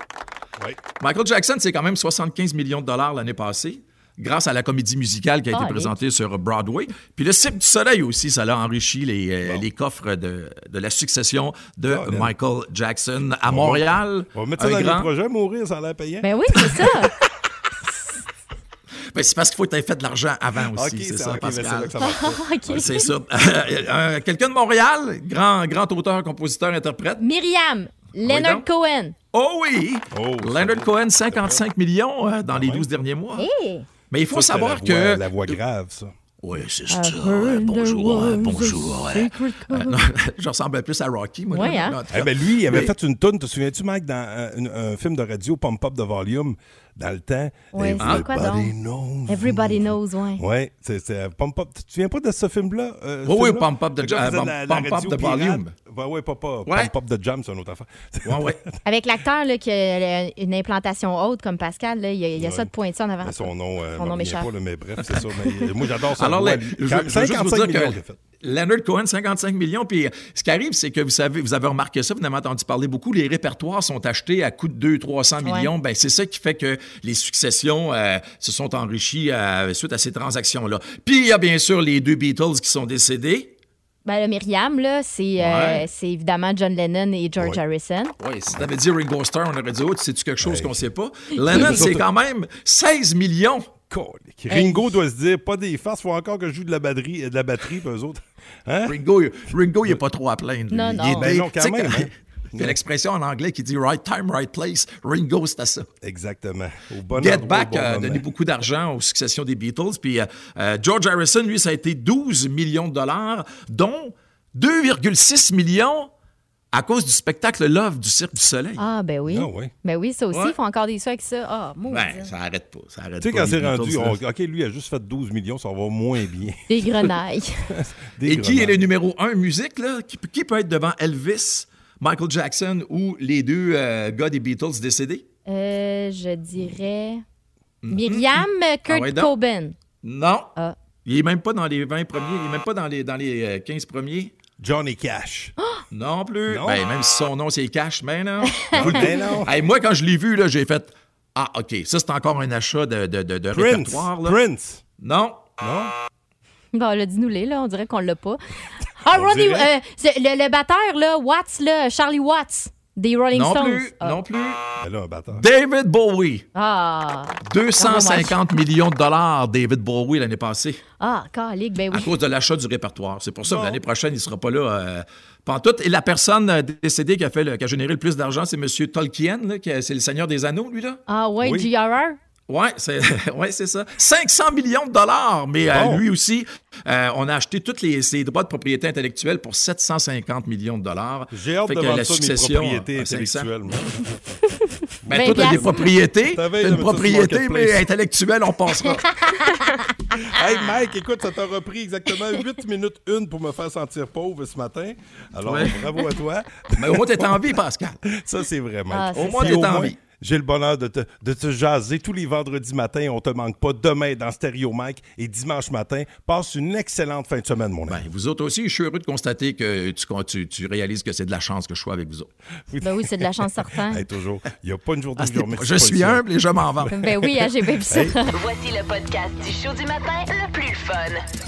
S9: Oui.
S8: Michael Jackson, c'est quand même 75 millions de dollars l'année passée grâce à la comédie musicale qui a été
S5: Calique.
S8: présentée sur Broadway. Puis le Cirque du Soleil aussi, ça l'a enrichi les, euh, les coffres de, de la succession de
S9: Ah, ben.
S8: Michael Jackson à Montréal.
S9: On va mettre
S8: un
S9: ça dans
S8: grand-
S9: les projets, mourir, ça a l'air payant.
S5: Ben oui, c'est ça.
S8: Ben, c'est parce qu'il faut que tu fait de l'argent avant aussi,
S9: Ok,
S8: c'est
S9: ça,
S8: ça,
S9: ok, ben, c'est là
S8: Pascal.
S9: que ça marche.
S5: Ah, OK.
S8: C'est ça. Euh, Quelqu'un de Montréal, grand, grand auteur, compositeur, interprète.
S5: Myriam, Leonard
S8: donc.
S5: Cohen.
S8: Oh oui!
S9: Oh, ça
S8: Leonard
S9: va.
S8: Cohen, 55 millions euh, dans les 12 derniers mois.
S5: Hey.
S8: Mais il faut
S9: Ça, c'est
S8: savoir
S9: la voix-
S8: que...
S9: La voix grave, ça.
S8: Oui, c'est ça. Euh, Bonjour, euh, bonjour. euh, euh, non, je ressemble plus à Rocky, moi.
S5: Ouais,
S8: là.
S5: hein?
S8: Non, en tout
S9: Eh
S8: cas.
S9: ben lui, il avait
S8: Mais-
S9: fait une toune, te souviens-tu, Mike, dans un, une- un film de radio, Pump Up de Volume, dans le temps?
S5: Ouais, c'est quoi donc?
S9: knows.
S5: Everybody knows, ouais.
S9: Ouais, c'est- c'est euh, Pump Up. Tu te souviens pas de ce film-là? euh, ce
S8: Oui, oui,
S9: film-là?
S8: Pump Up de
S9: Le gars
S8: Jam-
S9: faisait
S8: Pump- Pump
S9: radio
S8: Up de
S9: pirate.
S8: Volume.
S9: Ouais, ouais, pas, pas
S8: Ouais.
S9: Pump Up de Jam, c'est une autre affaire.
S8: Ouais, ouais.
S5: Avec l'acteur là, qui a le- une implantation haute comme Pascal, là, il y a, il y a ça de pointé en avant.
S9: Mais Son nom, euh,
S5: Son
S9: m'en
S5: nom
S9: revient
S5: m'échappe.
S9: pas, là, mais bref, c'est ça. mais, euh, moi, j'adore ça.
S8: Alors,
S9: voix,
S8: là,
S9: lui.
S8: je, je veux
S9: Quand-
S8: juste vous dire
S9: 55 millions,
S8: que
S9: j'ai fait.
S8: Leonard Cohen, 55 millions. Puis euh, ce qui arrive, c'est que vous savez, vous avez remarqué ça, vous en avez entendu parler beaucoup, les répertoires sont achetés à coût de 200, 300 millions. Ben, c'est ça qui fait que les successions euh, se sont enrichies euh, suite à ces transactions-là. Puis il y a bien sûr les deux Beatles qui sont décédés.
S5: Ben, le Myriam, là, c'est euh,
S8: Ouais.
S5: c'est évidemment John Lennon et George Harrison.
S8: Oui, si t'avais dit Ringo Starr, on aurait dit oh, tu sais-tu quelque chose qu'on sait pas? Lennon, c'est quand même 16 millions.
S9: Ringo doit se dire, pas des farces, faut encore que je joue de la batterie, euh, de la batterie pour eux autres. Hein?
S8: Ringo, Ringo, il n'est pas trop à plaindre. lui.
S5: Non,
S8: Il
S5: non.
S8: est
S9: Ben
S8: né-
S9: non, quand
S8: tu sais,
S9: même, hein.
S8: Il y a l'expression en anglais qui dit right time, right place. Ringo, c'est à ça.
S9: Exactement. Au Ah bon
S8: Get
S9: endroit,
S8: Back euh,
S9: au bon
S8: a
S9: moment.
S8: donné beaucoup d'argent aux successions des Beatles. Puis euh, euh, George Harrison, lui, ça a été 12 millions de dollars, dont 2,6 millions à cause du spectacle Love du Cirque du Soleil.
S5: Ah, ben oui.
S8: Ah ouais.
S5: Ben oui, ça aussi,
S8: Ouais.
S5: ils font encore des sous avec ça. Ah, maudit.
S8: Ben, ça arrête pas. Ça arrête
S9: Tu sais,
S8: pas,
S9: quand
S8: les
S9: c'est
S8: Beatles,
S9: rendu,
S8: là.
S9: on- OK, lui a juste fait 12 millions, ça va moins bien.
S5: Des grenailles.
S8: Et qui est
S9: grenades.
S8: le numéro un musique, là? Qui, qui peut être devant Elvis, Michael Jackson ou les deux euh, gars des Beatles décédés?
S5: Euh, je dirais Mm-hmm. Myriam euh, Ah.
S8: Ah
S5: Kurt
S8: ouais, donc.
S5: Cobain.
S8: Non. Il est même pas dans les 20 premiers, il est même pas dans les, dans les euh, 15 premiers.
S9: Johnny Cash.
S8: Ah. Non plus.
S9: Non.
S8: Ben, même si son nom c'est Cash, mais non.
S9: mais non.
S8: Hey, moi, quand je l'ai vu, là, j'ai fait Ah, OK, ça c'est encore un achat de, de, de, de
S9: Prince.
S8: répertoire. Là.
S9: Prince.
S8: Non.
S9: Non.
S5: Bon, là, dis-nous-les, là. On dirait qu'on l'a pas. Ah,
S8: On
S5: Ronnie,
S8: dirait.
S5: euh, c'est le, le batteur, là, Watts, là, Charlie Watts, des Rolling
S8: Non
S5: Stones.
S8: plus.
S5: Ah.
S8: Non plus.
S9: Ben là, un bâtard.
S8: David Bowie.
S5: Ah.
S8: 250 millions de dollars, David Bowie, l'année passée.
S5: Ah, calique, ben
S8: à
S5: oui.
S8: cause de l'achat du répertoire. C'est pour ça que l'année prochaine, il ne sera pas là. euh, pantoute. Et la personne euh, décédée qui a, fait le- qui a généré le plus d'argent, c'est M. Tolkien, là, qui a- c'est le Seigneur des Anneaux, lui, là.
S5: Ah, ouais,
S8: Oui.
S5: GRR.
S8: Oui, c'est ouais, c'est ça. 500 millions de dollars, mais euh,
S9: Bon.
S8: lui aussi, euh, on a acheté tous les, ses droits de propriété intellectuelle pour 750 millions de dollars.
S9: J'ai hâte
S8: Fait
S9: de
S8: que
S9: vendre
S8: la
S9: ça, mes
S8: succession,
S9: propriétés
S8: euh, 500.
S9: intellectuelles, moi.
S8: Ben, toi,
S9: Ben,
S8: t'as des
S9: piastres.
S8: propriétés,
S9: T'avais
S8: t'as
S9: de
S8: une
S9: mettre ça sur
S8: propriété,
S9: Marketplace.
S8: mais intellectuelle, on passera.
S9: Hey Mike, écoute, ça t'a repris exactement 8 minutes 1 pour me faire sentir pauvre ce matin. Alors,
S8: Ouais.
S9: bravo à toi.
S8: Mais au moins, t'es en vie, Pascal.
S9: Ça, c'est vrai, Mike.
S8: Ah, Au c'est moins, ça. t'es en vie.
S9: J'ai le bonheur de te, de te jaser tous les vendredis matins. On te manque pas demain dans Stéréo Mike et dimanche matin. Passe une excellente fin de semaine, mon ami.
S8: Ben, vous autres aussi, je suis heureux de constater que tu, con- tu- tu réalises que c'est de la chance que je sois avec vous autres.
S5: Ben oui, c'est de la chance sortante.
S9: Hey, toujours. Il n'y a pas une journée
S8: Ah,
S9: que je remercie
S8: je
S9: pas
S8: suis
S9: le ciel.
S8: humble et je m'en vante.
S5: Ben oui, hein, j'ai bien vu ça.
S4: Voici le podcast du show du matin le plus le fun.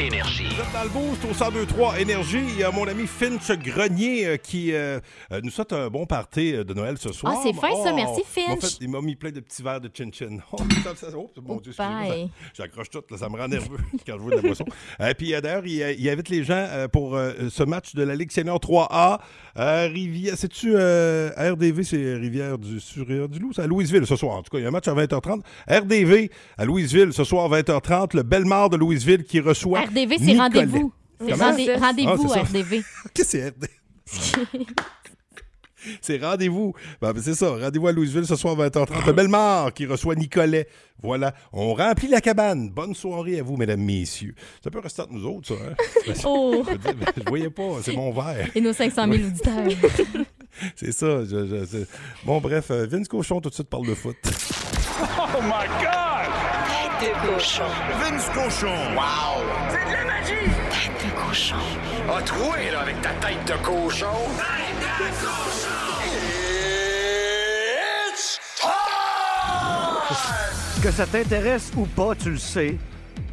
S3: Énergie.
S9: Vous êtes dans le boost au 1023 Énergie. Il y a mon ami Finch Grenier euh, qui euh, euh, nous souhaite un bon party euh, de Noël ce soir.
S5: Ah,
S9: Oh,
S5: c'est fin, ça. Merci,
S9: il m'a
S5: Finch.
S9: fait- il m'a mis plein de petits verres de chin-chin. Oh, ça- ça- oh, mon Dieu, excusez-moi,
S5: bye.
S9: ça- J'accroche tout, là, ça me rend nerveux quand je vois de la boisson. Et puis euh, d'ailleurs, il, euh, il invite les gens euh, pour euh, ce match de la Ligue Senior 3A. euh, Rivière, c'est-tu euh, RDV, c'est Rivière du sur du Loup, c'est à Louisville ce soir. En tout cas, il y a un match à 20h30. RDV à Louisville ce soir 20h30. Le Belmar de Louisville qui reçoit
S5: RDV, c'est
S9: Nicolet.
S5: rendez-vous. C'est
S9: Comment?
S5: rendez- rendez-vous,
S9: Ah, c'est ça.
S5: RDV.
S9: Qu'est-ce que c'est RD? C'est rendez-vous. Ben, ben, c'est ça, rendez-vous à Louisville ce soir 20h30. Le Bellemare qui reçoit Nicolet. Voilà, on remplit la cabane. Bonne soirée à vous, mesdames, messieurs. Ça peut rester entre nous autres, ça. Hein?
S5: Oh.
S9: Je veux dire, ben, je voyais pas, c'est mon verre.
S5: Et nos 500 000 auditeurs.
S9: C'est ça. je- je- c'est- Bon, bref, euh, Vince Cochon tout de suite parle de foot.
S12: Oh my God! Tête de cochon. Vince cochon. Wow! C'est de la magie! Tête de cochon. Ah, troué, là, avec ta tête de cochon. Tête de cochon! It's
S13: Que ça t'intéresse ou pas, tu le sais.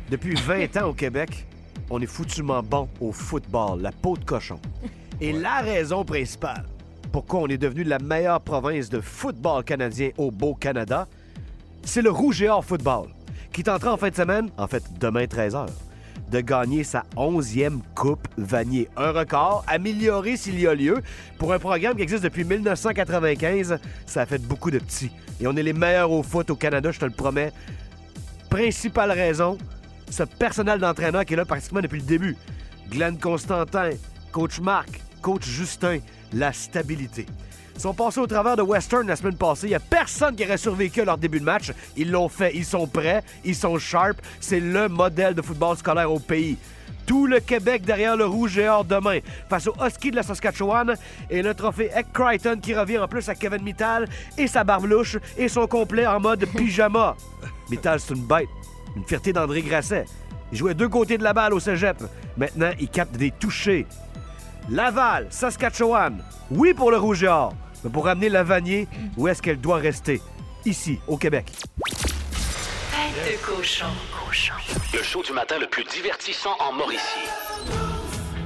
S13: Depuis 20 ans au Québec, on est foutument bon au football, la peau de cochon. Et la raison principale pourquoi on est devenu la meilleure province de football canadien au beau Canada, c'est le Rouge et Or Football, qui tentera en fin de semaine, en fait demain 13h, de gagner sa 11e Coupe Vanier. Un record amélioré s'il y a lieu. Pour un programme qui existe depuis 1995, ça a fait beaucoup de petits. Et on est les meilleurs au foot au Canada, je te le promets. Principale raison, ce personnel d'entraîneur qui est là pratiquement depuis le début. Glenn Constantin, coach Marc, coach Justin, la stabilité. Ils sont passés au travers de Western la semaine passée. Il n'y a personne qui aurait survécu à leur début de match. Ils l'ont fait. Ils sont prêts. Ils sont sharp. C'est le modèle de football scolaire au pays. Tout le Québec derrière le rouge et or demain, face au Husky de la Saskatchewan et le trophée Eck Crichton qui revient en plus à Kevin Mittal et sa barbe louche et son complet en mode pyjama. Mittal, c'est une bête. Une fierté d'André Grasset. Il jouait deux côtés de la balle au cégep. Maintenant, il capte des touchés. Laval, Saskatchewan. Oui pour le rouge et or, mais pour ramener la Vanier, où est-ce qu'elle doit rester? Ici, au Québec.
S4: Tête de cochon.
S3: Le show du matin le plus divertissant en Mauricie.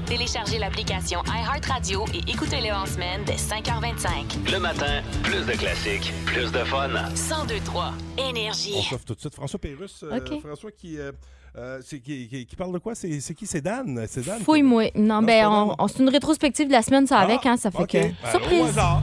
S4: Téléchargez l'application iHeartRadio et écoutez-le en semaine dès 5h25.
S3: Le matin, plus de classiques, plus de fun.
S4: 1023
S9: On
S4: Énergie.
S9: s'offre tout de suite. François Pérusse, euh,
S5: OK.
S9: François qui, euh, euh, c'est- qui, qui- qui parle de quoi? C'est c'est qui? C'est Dan? C'est Dan?
S5: Fouille-moi. Non,
S9: Non, c'est
S5: ben,
S9: pas
S5: on, on- c'est une rétrospective de la semaine, ça, avec, hein, ça fait
S9: OK. Ben,
S5: que.
S9: au
S5: Surprise!
S9: hasard.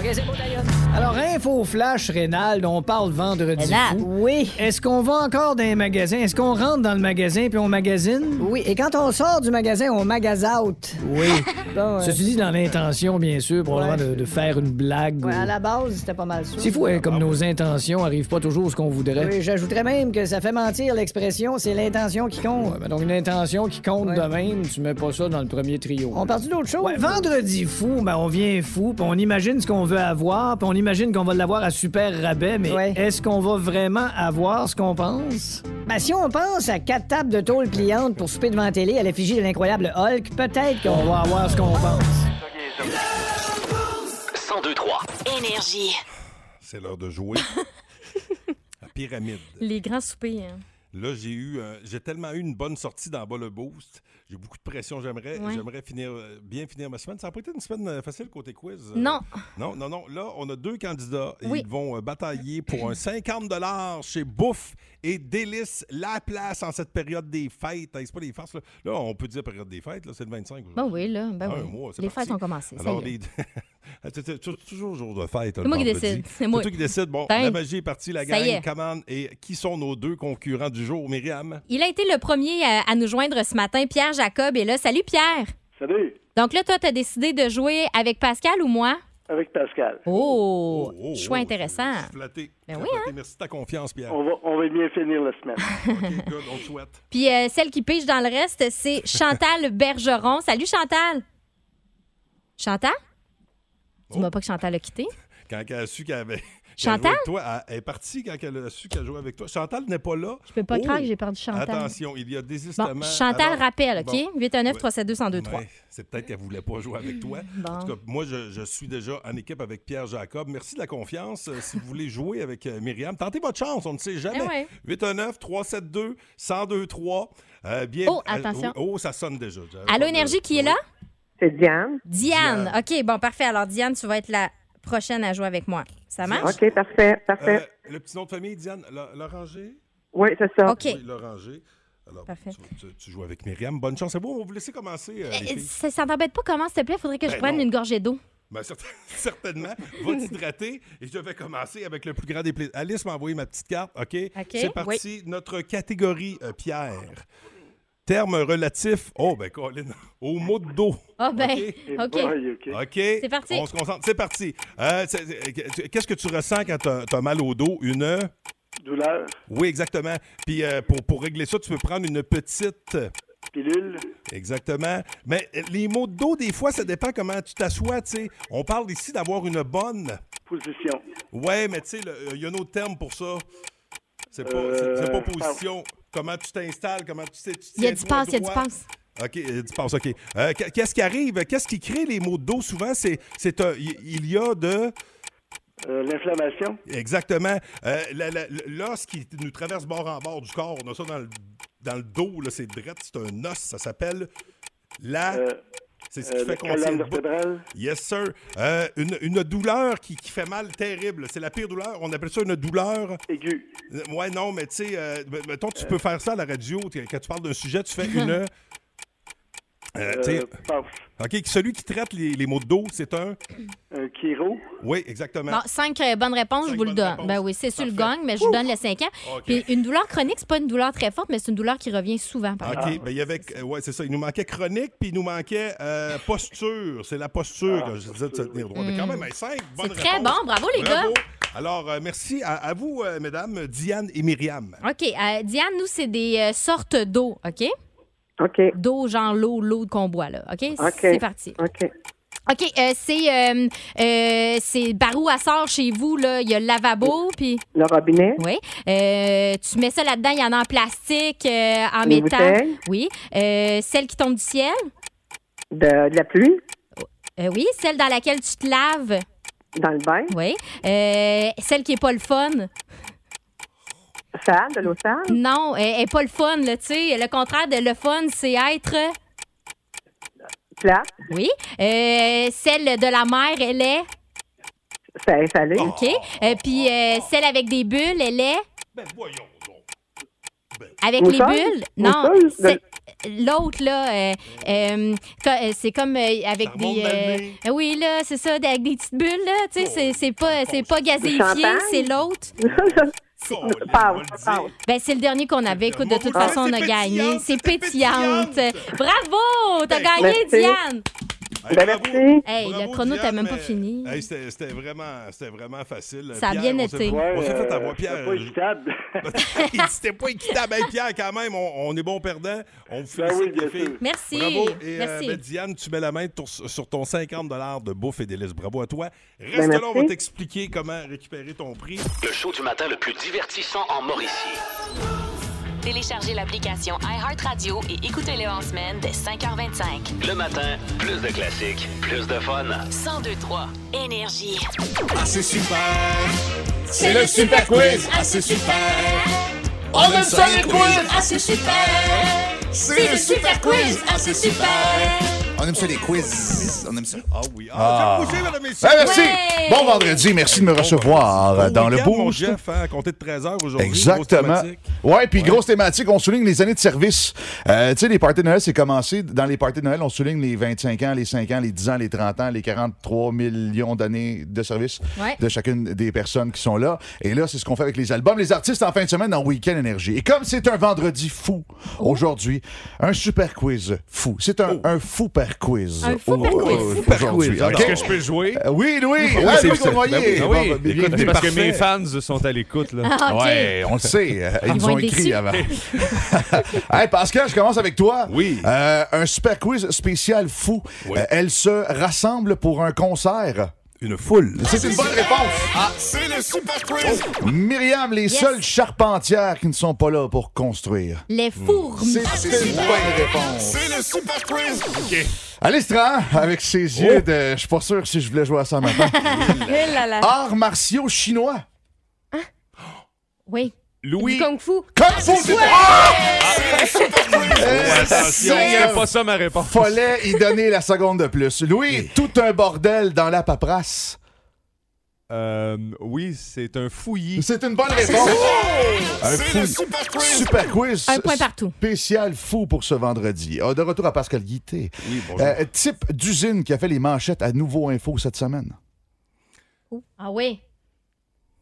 S2: OK, c'est beau, ta gueule.
S1: Alors, info flash rénal dont on parle vendredi.
S2: Rénal?
S1: fou. Oui. Est-ce qu'on va encore dans les magasins? Est-ce qu'on rentre dans le magasin puis on magasine?
S2: Oui, et quand on sort du magasin, on magas out.
S1: Oui.
S2: Bon, euh,
S1: Ceci dit, dans l'intention, bien sûr, probablement
S2: Ouais.
S1: de, de faire une blague.
S2: ouais,
S1: ou-
S2: à la base, c'était pas mal ça.
S1: C'est fou, hein, comme nos intentions arrivent pas toujours à ce qu'on voudrait.
S2: Oui, j'ajouterais même que ça fait mentir l'expression, c'est l'intention qui compte.
S1: Ouais, ben donc une intention qui compte de même, tu mets pas ça dans le premier trio.
S2: On part d'autre chose.
S1: Ouais, vendredi fou, ben on vient fou, puis on imagine ce qu'on veut avoir, puis on imagine qu'on va l'avoir à super rabais, mais
S2: Ouais.
S1: est-ce qu'on va vraiment avoir ce qu'on pense?
S2: Ben, si on pense à quatre tables de tôle pliantes pour souper devant la télé à l'effigie de l'incroyable Hulk, peut-être qu'on va avoir ce qu'on pense.
S3: 1023.
S4: Énergie.
S9: C'est l'heure de jouer à Pyramide.
S5: Les grands soupers. hein.
S9: Là, j'ai eu, euh, j'ai tellement eu une bonne sortie dans bas le boost. J'ai beaucoup de pression. J'aimerais,
S5: Ouais.
S9: j'aimerais finir, euh, bien finir ma semaine. Ça n'a pas été une semaine euh, facile côté quiz. euh.
S5: Non.
S9: Non, non, non. Là, on a deux candidats.
S5: Oui.
S9: Ils vont euh, batailler pour un 50 chez Bouffe et Délice La Place en cette période des fêtes. Hey, c'est pas des farces. Là. Là, on peut dire période des fêtes. Là, c'est le 25. aujourd'hui.
S5: Ben oui, là. Ben
S9: Ah,
S5: oui.
S9: un mois, c'est
S5: les
S9: parti.
S5: fêtes ont commencé. ça
S9: Alors,
S5: y est.
S9: des- C'est- c'est- c'est toujours jour de fête.
S5: C'est moi qui décide, c'est moi.
S9: qui décide. Bon,
S5: Ben,
S9: la magie est partie, la
S5: ça y
S9: gang
S5: est.
S9: commande. Et qui sont nos deux concurrents du jour, Myriam?
S5: Il a été le premier à, à nous joindre ce matin, Pierre Jacob est là. Salut Pierre!
S11: Salut,
S5: Donc là, toi, t'as décidé de jouer avec Pascal ou moi?
S11: avec Pascal.
S5: Oh!
S9: oh,
S5: choix intéressant.
S9: Flatté.
S5: Ben
S9: Très
S5: oui,
S9: flatté. Merci de ta confiance, Pierre.
S1: Oh,
S11: On va, on va bien finir la semaine.
S9: OK, good, on te souhaite.
S5: Puis euh, celle qui pige dans le reste, c'est Chantal Bergeron. Salut Chantal! Chantal?
S9: Oh.
S5: Dis-moi pas que Chantal a quitté.
S9: Quand elle a su qu'elle avait. qu'elle
S5: Chantal?
S9: jouait avec toi, elle est partie quand elle a su qu'elle jouait avec toi. Chantal n'est pas là.
S5: Je peux pas
S9: Oh!
S5: croire que j'ai perdu Chantal.
S9: Attention, il y a désistement.
S5: Bon, Chantal
S9: Alors,
S5: rappelle, OK?
S9: bon.
S5: 819 372 1023
S9: Ouais, c'est peut-être qu'elle voulait pas jouer avec toi.
S5: Bon.
S9: En tout cas, moi, je, je suis déjà en équipe avec Pierre Jacob. Merci de la confiance. Euh, si vous voulez jouer avec euh, Myriam, tentez votre chance, on ne sait jamais.
S5: Eh ouais.
S9: 819-372-1023. Euh, bien,
S5: Oh, attention.
S9: oh, oh, ça sonne déjà. J'avais pas
S5: Allô,
S9: de-
S5: Énergie, qui est là?
S14: C'est Diane.
S5: Diane. OK, bon, parfait. Alors, Diane, tu vas être la prochaine à jouer avec moi. Ça marche?
S14: OK, parfait, parfait.
S9: Euh, le petit nom de famille, Diane, L- l'oranger?
S14: oui, c'est ça.
S9: Oui, l'oranger. Alors, tu, tu- tu joues avec Myriam. Bonne chance à vous. On va vous laisser commencer, euh, les
S5: Eh,
S9: filles.
S5: Ça, ça t'embête pas comment, s'il te plaît? Faudrait que je
S9: Ben
S5: prenne
S9: non.
S5: une gorgée d'eau.
S9: Ben, cert- certainement. Va t'hydrater et je vais commencer avec le plus grand des plaisirs. Alice m'a envoyé ma petite carte. OK? C'est parti. Notre catégorie, euh, Pierre. Terme relatif. Oh, ben, Colin, au mot de dos.
S5: Ah, ben, OK.
S9: OK. C'est
S5: parti.
S9: On se concentre. C'est parti. Euh, c'est- c'est- Qu'est-ce que tu ressens quand t'as as mal au dos? Une. euh,
S11: Douleur,
S9: Oui, exactement. Puis euh, pour, pour régler ça, tu peux prendre une petite.
S11: pilule,
S9: Exactement. Mais euh, les mots de dos, des fois, ça dépend comment tu t'assois, tu sais. On parle ici d'avoir une bonne.
S11: position.
S9: Ouais, mais tu sais, le- il y a un autre terme pour ça. C'est pas,
S11: Euh,
S9: c'est- c'est pas
S11: pardon.
S9: position. Comment tu t'installes, comment tu sais.
S5: Il y a du passe, il y a du passe.
S9: OK, il y a du passe, OK. Euh, qu- Qu'est-ce qui arrive? Qu'est-ce qui crée les mots de dos souvent? C'est, c'est un- il il y a de.
S11: Euh, L'inflammation,
S9: Exactement. Euh, la- la- L'os qui nous traverse bord en bord du corps, on a ça dans le, dans le dos, là, c'est drette, c'est un os, ça s'appelle la. c'est ce qui
S11: euh,
S9: fait
S11: la
S9: qu'on tient
S11: colonne
S9: le bout.
S11: vertébrale,
S9: Yes, sir. Euh, une, une douleur qui, qui fait mal terrible. C'est la pire douleur. On appelle ça une douleur.
S11: Aiguë.
S9: Ouais, non, mais tu sais, euh, ben, mettons, tu peux faire ça à la radio. tu- Quand tu parles d'un sujet, tu fais une. euh, tu sais,
S11: euh, passe.
S9: OK, celui qui traite les, les mots de dos, c'est un.
S11: Un chiro.
S9: Oui, exactement.
S5: Bon, cinq euh, bonnes réponses, je vous le donne. Ben oui, c'est sur le gang, mais je vous donne les cinq ans.
S9: OK.
S5: Puis une douleur chronique, c'est pas une douleur très forte, mais c'est une douleur qui revient souvent. par
S9: OK,
S5: exemple.
S9: ben il y avait euh, ouais, c'est ça, il nous manquait chronique puis il nous manquait euh, posture, c'est la posture que je disais de se tenir droit. Mais quand même, 5 bonnes
S5: Hmm. très
S9: réponses.
S5: bon, bravo, les gars.
S9: Alors euh, merci à, à vous euh, mesdames Diane et Myriam.
S5: OK. euh, Diane, nous, c'est des euh, sortes d'eau, OK?
S14: OK.
S5: D'eau, genre l'eau, l'eau qu'on boit, là. OK?
S14: OK.
S5: C'est parti.
S14: OK.
S5: OK, euh, c'est euh, euh, c'est par où elle sort chez vous, là. Il y a le lavabo, puis...
S14: Le robinet.
S5: Oui. Euh, tu mets ça là-dedans, il y en a en plastique, euh, en
S14: Une
S5: métal.
S14: bouteille.
S5: Oui. Euh, celle qui tombe du ciel.
S14: De, de la pluie.
S5: Euh, oui, celle dans laquelle tu te laves.
S14: Dans le bain.
S5: Oui. Euh, celle qui est pas le fun.
S14: Sale, de l'eau sale.
S5: Non, elle est pas le fun, là, tu sais. Le contraire de le fun, c'est être.
S14: Plate.
S5: Oui. Euh, celle de la mer, elle est.
S14: C'est salé.
S5: OK. Euh, Puis euh, celle avec des bulles, elle est.
S9: Ben,
S5: Avec les
S14: Moutarde?
S5: bulles? Non.
S14: Moutarde?
S5: c'est- L'autre, là, euh, euh, co- euh, c'est comme euh, avec des. euh, oui, là, c'est ça, avec des petites bulles, là. Tu sais, c'est- c'est pas, c'est pas gazéifié,
S14: champagne?
S5: c'est l'autre.
S14: Passe, passe.
S5: Ben, c'est le dernier qu'on avait. Écoute, de toute façon, on a gagné. C'est pétillante. Bravo! T'as
S9: Ben,
S5: gagné,
S9: merci.
S5: Diane!
S9: Ben, merci.
S5: Hey, le chrono, t'as même pas fini.
S9: Hey, c'était c'était vraiment, c'était vraiment facile.
S5: Ça a bien
S9: on s'est-
S5: été. Ouais,
S9: On s'est fait avoir,
S11: euh,
S9: Pierre.
S11: c'était pas
S9: équitable. c'était pas équitable. Hey, Pierre, quand même, on, on est bon perdant. On vous félicite,
S11: oui, bien
S9: les filles.
S11: sûr.
S5: Merci.
S9: Bravo. Et, euh,
S5: Merci.
S9: ben, Diane, tu mets la main tour- sur ton 50 de bouffe et délices. Bravo à toi. Reste
S3: Ben,
S9: là, on va
S3: merci.
S9: t'expliquer comment récupérer ton prix.
S3: Le show du matin le plus divertissant en Mauricie.
S10: Téléchargez l'application iHeartRadio et écoutez-le en semaine dès 5h25.
S3: Le matin, plus de classiques, plus de fun.
S10: 1023 Énergie.
S12: Ah, c'est super! C'est le super quiz! Ah, c'est super! On aime ça les quiz! Ah, c'est super! C'est le super quiz! Ah, c'est super!
S15: On aime ça les quiz. On aime ça.
S9: Ah oui.
S15: Ah.
S9: Bouger, mesdames et
S15: Ben,
S9: messieurs.
S15: merci. Bon vendredi. Merci de me recevoir euh, dans le
S9: Week-end, mon
S15: boost.
S9: Jeff, hein, à compter de 13h aujourd'hui.
S15: Exactement.
S9: grosse thématique.
S15: Ouais, puis grosse thématique, on souligne les années de service. Euh, tu sais, les parties de Noël, c'est commencé. Dans les parties de Noël, on souligne les 25 ans, les 5 ans, les 10 ans, les 30 ans, les 43 millions d'années de service
S12: Ouais.
S15: de chacune des personnes qui sont là. Et là, c'est ce qu'on fait avec les albums, les artistes en fin de semaine, en week-end énergie. Et comme c'est un vendredi fou aujourd'hui, un super quiz fou. C'est
S9: Oh.
S15: un, un fou par quiz.
S12: Un fou par quiz.
S15: Oh, aujourd'hui,
S12: Fou
S9: Ben
S12: par quiz.
S15: ok?
S12: Est-ce que je peux
S16: jouer?
S15: Euh, oui, Louis.
S16: Ah oui,
S15: Ah,
S16: c'est-
S15: Louis
S16: c'est- ben oui,
S15: Cournoyer.
S16: ben
S15: Bon,
S16: oui.
S15: ben, bien,
S16: Écoute,
S15: bien,
S16: parce que
S15: parfait.
S16: mes fans sont à l'écoute. là.
S15: Ah, ok. Ouais, on le sait. Euh, Ils Ils nous vont ont être écrit déçus. avant. hey, Pascal, je commence avec toi. Oui. un super quiz spécial fou. Euh, elle se rassemble pour un concert.
S9: Une foule.
S15: C'est une bonne réponse. Oh.
S12: Ah, c'est le super quiz!
S15: Myriam, les
S12: Yes.
S15: seules charpentières qui ne sont pas là pour construire.
S5: Les fours.
S12: Ah,
S15: C'est une bonne réponse.
S12: C'est le super quiz!
S15: Alestra, avec ses yeux de. Je suis pas sûr si je voulais jouer à ça maintenant.
S17: Eh là là.
S15: Arts martiaux chinois.
S5: Oui.
S16: Louis.
S17: Du Kung Fu.
S15: Kung Fu, c'est-
S17: Ouais!
S15: Eh,
S16: Oh, attention,
S15: c'est-
S16: il y a pas ça, ma réponse.
S15: Fallait y donner la seconde de plus. Louis, tout un bordel dans la paperasse.
S16: Euh, oui, c'est un fouillis.
S15: C'est une bonne réponse. Un
S16: C'est
S15: fou.
S16: le
S15: Super quiz. Spécial fou pour ce vendredi. Ah, De retour à Pascal Guité.
S9: Oui, bonjour.
S15: Euh, type d'usine qui a fait les manchettes à Nouveau Info cette semaine.
S5: Ah oui.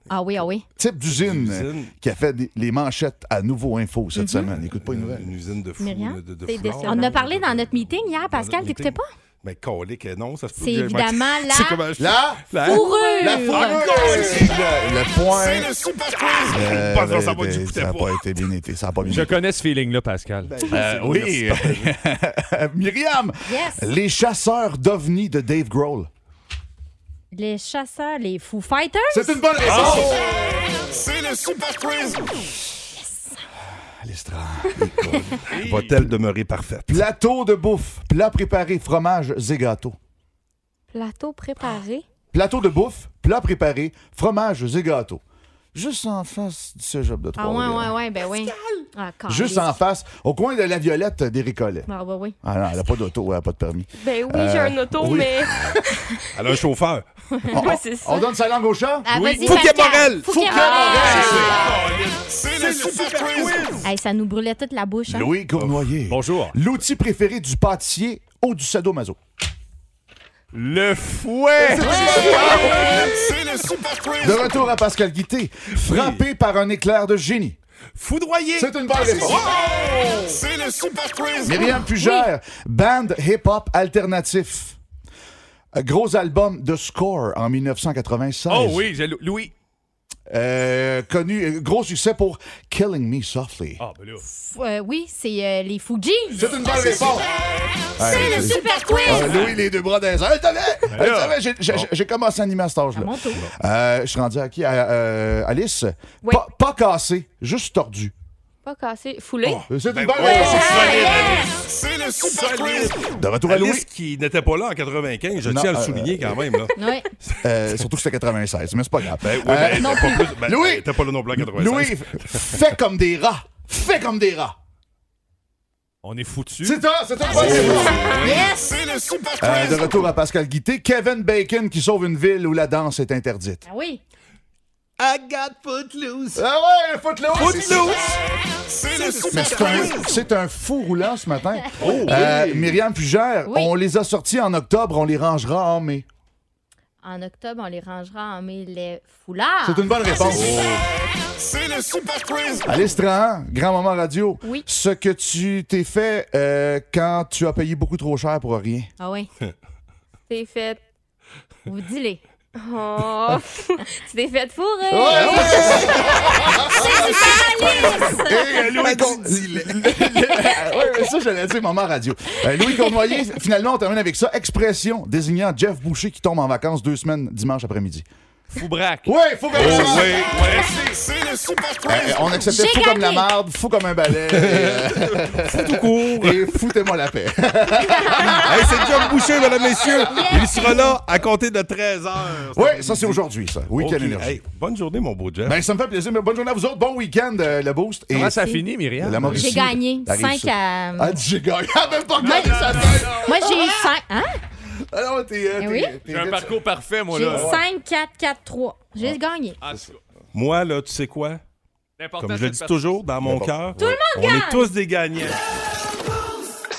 S5: Ah oui, ah oui.
S15: Type d'usine
S9: Usine.
S15: qui a fait des- les manchettes à Nouveau Info cette
S5: Mhm.
S15: semaine. Écoute pas une nouvelle.
S9: Euh, Une usine de fou.
S5: Myriam,
S9: de, de
S5: t'es
S9: foulard.
S5: décevant. on en a parlé dans notre meeting hier, Pascal,
S9: notre
S5: t'écoutais
S9: meeting.
S5: pas?
S9: Mais colique, euh, non, ça se peut
S5: C'est
S9: que-
S5: évidemment la
S9: C'est comment je-
S15: La
S5: fourrure.
S15: La fourrure. Le, le point.
S12: C'est le super quiz!
S15: Euh,
S16: Pas de- ça va,
S15: ben,
S16: tu
S15: ça n'a pas été bien été. Ça a pas bien
S16: Je
S15: été.
S16: connais ce feeling-là, Pascal.
S15: Euh, oui. Myriam,
S5: Yes.
S15: les chasseurs d'ovnis de Dave Grohl.
S5: Les chasseurs, les Foo Fighters.
S15: C'est une bonne réponse. Oh.
S12: C'est le super quiz!
S9: Va-t-elle demeurer parfaite?
S15: Plateau de bouffe, plat préparé, fromage et gâteaux.
S17: Plateau préparé.
S15: Plateau de bouffe, plat préparé, fromage et gâteaux. Juste en face du cégep de
S5: Ah
S15: trois
S5: ouais, ouais, ouais, ben oui. Ah,
S15: Juste en
S5: caliste.
S15: face, au coin de la Violette des Récollets.
S5: Ah bah oui.
S15: Ah non, elle n'a pas d'auto, elle n'a pas de permis.
S17: Ben oui,
S15: Euh,
S17: j'ai un auto,
S15: oui.
S17: mais.
S9: Elle a un chauffeur.
S15: On,
S17: Ouais, c'est ça.
S15: on donne sa langue au chat?
S5: Ah, Oui. vas-y, Fouquet Pascal. Morel. Fouquet
S15: Fouquet
S5: Morel.
S15: Morel!
S12: C'est le super quiz!
S5: Hey, ça nous brûlait toute la bouche. hein.
S15: Louis Cournoyer.
S16: Oh, Bonjour.
S15: L'outil préféré du pâtissier ou du sadomaso?
S16: Le fouet!
S12: Ah C'est le super quiz!
S15: De retour à Pascal Guité, frappé par un éclair de génie.
S9: Foudroyé!
S15: C'est une bonne réponse.
S12: Oh! C'est le Ah, super quiz!
S15: Myriam Fugère, band hip-hop alternatif. Un Gros album de Score en 1996.
S16: Oh oui, j'ai Lou- Louis.
S15: Euh, connu, euh, gros succès pour Killing Me Softly.
S16: Ah, ben là.
S5: F- euh, oui, c'est euh, les Fuji.
S15: C'est une bonne réponse.
S5: C'est
S15: Ouais,
S5: le
S15: c'est-
S5: super quiz.
S15: Ah, Louis, les deux bras dans les airs. Elle savait!
S16: Ben
S15: Elle
S16: là.
S15: savait! J'ai- j'ai-
S16: Bon.
S15: J'ai commencé à animer à cet
S17: Ah,
S15: âge-là.
S5: À mon tour.
S15: Euh, Je suis rendu à qui? À, euh, Alice? Pas, pas cassé, juste tordu.
S17: Pas cassé. Foulé.
S15: Euh, C'est
S9: Ben
S15: une bonne
S9: ouais,
S15: réponse.
S9: c'est solide.
S17: Yes!
S9: C'est le super quiz.
S15: De retour à
S9: Alice
S15: Louis.
S9: qui n'était pas là en 95, je
S15: Non,
S9: tiens à le
S15: euh,
S9: souligner quand même. Là.
S5: Oui.
S15: Euh, surtout que c'était 96, mais c'est pas grave.
S9: Ben, oui, mais
S15: Euh,
S9: t'es pas plus- ben,
S15: Louis!
S9: t'es pas le nom blanc 96.
S15: Louis, f- fais comme des rats. Fais comme des rats.
S16: On est foutu.
S15: C'est ça, c'est ça.
S12: Oh! Yes! C'est le super
S15: Euh, de retour à Pascal Guité, Kevin Bacon qui sauve une ville où la danse est interdite.
S5: Ah oui.
S12: I got Footloose.
S15: Ah ouais, Footloose.
S12: C'est le
S15: Mais
S12: super
S15: c'est un,
S12: quiz.
S15: c'est un fou roulant ce matin.
S12: Oh,
S15: Euh,
S12: oui.
S15: Myriam Fugère,
S5: Oui.
S15: on les a sortis en octobre, on les rangera en mai.
S5: En octobre, on les rangera en mai les foulards.
S15: C'est une bonne réponse.
S12: C'est le Ah, super quiz.
S15: Alice Trahan, grand moment radio.
S5: Oui.
S15: Ce que tu t'es fait euh, quand tu as payé beaucoup trop cher pour rien.
S5: Ah oui.
S17: T'es fait.
S5: Vous dis-les.
S17: Oh. tu t'es fait fourrer.
S15: Ah Eh, Louis Con- Ouais, ouais, ça, j'allais dire moment radio. Euh, Louis Cournoyer, finalement, on termine avec ça. Expression désignant Jeff Boucher qui tombe en vacances deux semaines dimanche après-midi.
S16: Foubraque.
S15: Ouais, faut que
S12: Oh, oui,
S15: C'est le super euh, on acceptait fou comme la marde, fou comme un balai. fou tout court. Et foutez-moi la paix.
S9: Hey, c'est John Boucher, mesdames, messieurs. Il sera là à compter de 13 heures.
S15: Oui, ça, c'est aujourd'hui, ça. Oui, quelle
S9: Ok.
S15: énergie.
S9: Hey, bonne journée, mon beau Jeff.
S15: Ben, ça me fait plaisir. mais bonne journée à vous autres. Bon week-end, euh, le boost. Et
S16: Comment ça a fini, Myriam?
S15: La Mauricie,
S5: J'ai gagné
S15: la rive
S5: 5
S15: sud.
S5: à.
S15: Ah, dis, j'ai gagné. Ah, même pas gagné sa tête.
S5: Moi, j'ai eu 5. Hein?
S15: Alors, t'es.
S5: Eh
S15: euh, t'es-
S5: oui.
S15: t'es-
S16: J'ai un parcours parfait, moi,
S5: J'ai
S16: là.
S5: 5, 4, 4, 3. J'ai gagné.
S16: Ah, c'est ça.
S9: Moi, là, tu sais quoi?
S16: L'important,
S9: Comme je
S16: c'est
S9: le
S16: de
S9: dis
S16: faire-
S9: toujours, dans mon
S16: N'importe.
S9: cœur,
S5: Tout le
S9: on
S5: monde gagne.
S9: est tous des gagnants.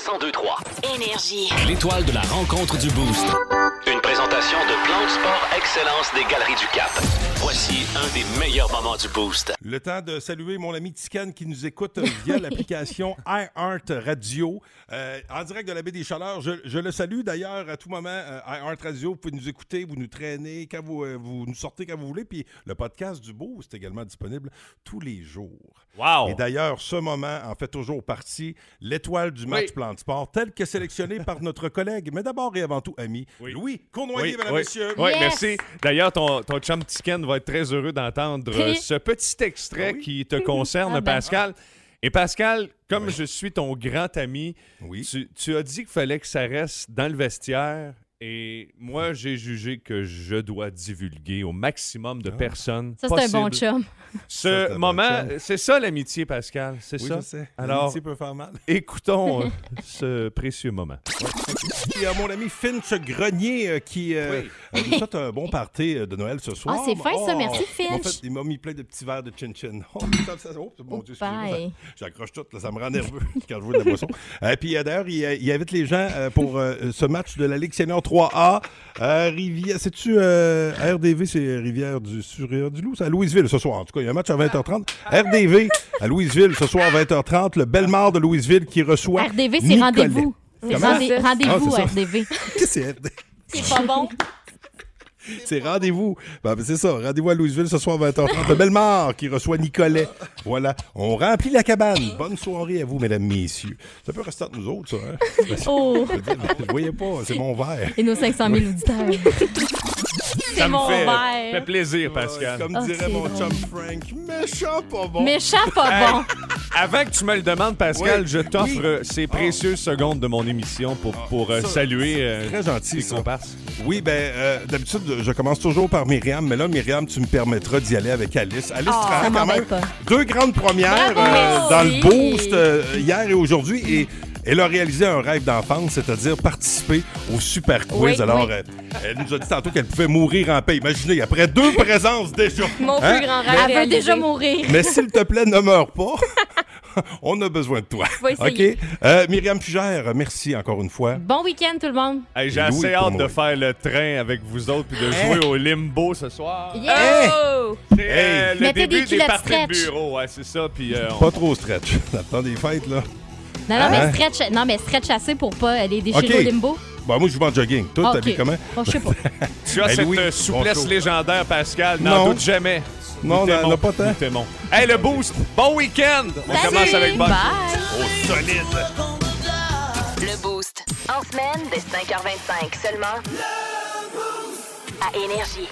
S3: 1023.
S4: Énergie.
S3: L'étoile de la rencontre du Boost. Une présentation de Plan de Sport Excellence des Galeries du Cap. Voici un des meilleurs moments du Boost.
S9: Le temps de saluer mon ami Ticane qui nous écoute euh, via l'application iHeart Radio euh, en direct de la baie des Chaleurs. Je, je le salue d'ailleurs à tout moment. euh, iHeart Radio, vous pouvez nous écouter, vous nous traînez, quand vous, euh, vous nous sortez quand vous voulez. Puis le podcast du Beau, c'est également disponible tous les jours.
S16: Wow!
S9: Et d'ailleurs, ce moment en fait toujours partie. L'étoile du match
S16: Oui.
S9: plan de sport, tel que sélectionné par notre collègue, mais d'abord et avant tout ami, Louis Cournoyer, mesdames et messieurs.
S16: Oui,
S9: Yes!
S16: merci. D'ailleurs, ton, ton chum Tiken va être très heureux d'entendre euh, ce petit extrait qui te concerne,
S9: Ah ben.
S16: Pascal. Et Pascal, comme je suis ton grand ami, tu, tu as dit qu'il fallait que ça reste dans le vestiaire. Et moi, j'ai jugé que je dois divulguer au maximum
S9: Ah.
S16: de personnes.
S5: Ça, c'est un bon
S16: possible.
S5: chum.
S9: Ça,
S16: Ce
S9: c'est un
S16: moment,
S9: bon chum.
S16: c'est ça l'amitié, Pascal. C'est
S9: Oui,
S16: ça.
S9: je sais.
S16: Alors,
S9: L'amitié peut faire mal.
S16: écoutons euh, ce précieux moment.
S9: Il y a mon ami Finch Grenier euh, qui euh, euh, nous souhaite un bon party euh, de Noël ce soir. Oh,
S5: Ah, c'est fin, ça. Merci,
S9: il m'a
S5: Finch.
S9: fait- Il m'a mis plein de petits verres de chin-chin. Oh, ça- ça- oh, mon Dieu, excusez-moi, ça-
S5: bye.
S9: J'accroche tout, là, ça me rend nerveux quand je vois de la boisson. Euh, puis euh, d'ailleurs, il, euh, il invite les gens euh, pour euh, ce match de la Ligue senior 3A. Euh, Rivière, c'est-tu euh, RDV, c'est Rivière du sur Rivière du Loup, c'est à Louisville ce soir. En tout cas, il y a un match à 20h30. RDV à Louisville ce soir à 20h30. Le Belmar de Louisville qui reçoit
S5: RDV, c'est rendez-vous. C'est
S9: Comment?
S5: rendez- Rendez-vous,
S9: Ah, c'est ça.
S5: RDV.
S9: Qu'est-ce que c'est RDV?
S5: C'est pas bon.
S9: C'est rendez-vous. Ben, ben, c'est ça, rendez-vous à Louisville ce soir à 20h30. Le Bellemare qui reçoit Nicolet. Voilà, on remplit la cabane. Bonne soirée à vous, mesdames, messieurs. Ça peut rester entre nous autres, ça. Hein? Ben, c'est-
S5: Oh.
S9: je veux dire, ben, vous voyez pas, c'est mon verre.
S5: Et nos 500 000 auditeurs.
S16: Ça
S5: C'est
S16: me
S5: mon
S16: fait,
S5: verre.
S16: fait plaisir, Pascal.
S9: Comme
S5: Ah,
S9: dirait
S5: c'est
S9: mon
S5: bon.
S9: chum Frank, méchant pas bon.
S5: Méchant pas
S16: Hey,
S5: bon.
S16: Avant que tu me le demandes, Pascal,
S9: Oui.
S16: je t'offre
S9: Oui. Ah.
S16: euh, ces précieuses secondes de mon émission pour, pour euh,
S9: ça,
S16: saluer. euh,
S9: Très gentil,
S16: tes
S9: ça.
S16: comparses.
S9: Oui, ben, euh, d'habitude, je commence toujours par Myriam, mais là, Myriam, tu me permettras d'y aller avec Alice. Alice
S5: Ah,
S9: Trahan,
S5: ça
S9: quand même.
S5: m'embête pas.
S9: Deux grandes premières euh,
S5: Bravo!
S9: dans le
S5: Merci.
S9: boost euh, hier et aujourd'hui. Et elle a réalisé un rêve d'enfance, c'est-à-dire participer au super quiz.
S17: Oui,
S9: Alors,
S17: oui.
S9: euh, elle nous a dit tantôt qu'elle pouvait mourir en paix. Imaginez, après deux présences déjà.
S17: Mon
S9: Hein?
S17: plus grand rêve.
S5: Elle veut
S17: réalisé.
S5: déjà mourir.
S9: Mais s'il te plaît, ne meurs pas. On a besoin de toi.
S5: Faut essayer.
S9: OK? Euh, Myriam Fugère, merci encore une fois.
S5: Bon week-end, tout le monde.
S16: Hey, J'ai
S9: Et Louis
S16: assez hâte
S9: pour
S16: de
S9: moi.
S16: faire le train avec vous autres puis de jouer au limbo ce soir.
S5: Yeah!
S16: C'est, euh, le
S5: Mettez des
S16: début des,
S5: culottes
S16: parties
S5: stretch.
S16: de bureau, ouais, c'est ça. Puis euh, on-
S9: Pas trop stretch. Dans le temps des fêtes, là.
S5: Non, non, mais
S9: Hein?
S5: stretch, non, mais stretch assez pour pas aller déchirer
S9: Ok.
S5: au limbo.
S9: Bah, moi, je vais en jogging. Toi,
S5: Ah,
S9: t'as vu
S5: ok.
S9: comment?
S5: Oh, je sais pas.
S16: tu as
S9: Hey,
S16: cette
S9: Louis,
S16: euh, souplesse
S9: bonjour.
S16: légendaire, Pascal.
S9: Non.
S16: N'en doute jamais.
S9: Non,
S16: Nous
S9: non,
S16: t'aimons,
S9: non, pas tant.
S16: nous t'aimons. Hey, le boost. Bon week-end. On
S4: Salut.
S16: commence avec Bonne.
S4: Bye.
S16: Oh, solide.
S4: Le Boost. En semaine, dès 5h25 seulement. À Énergie.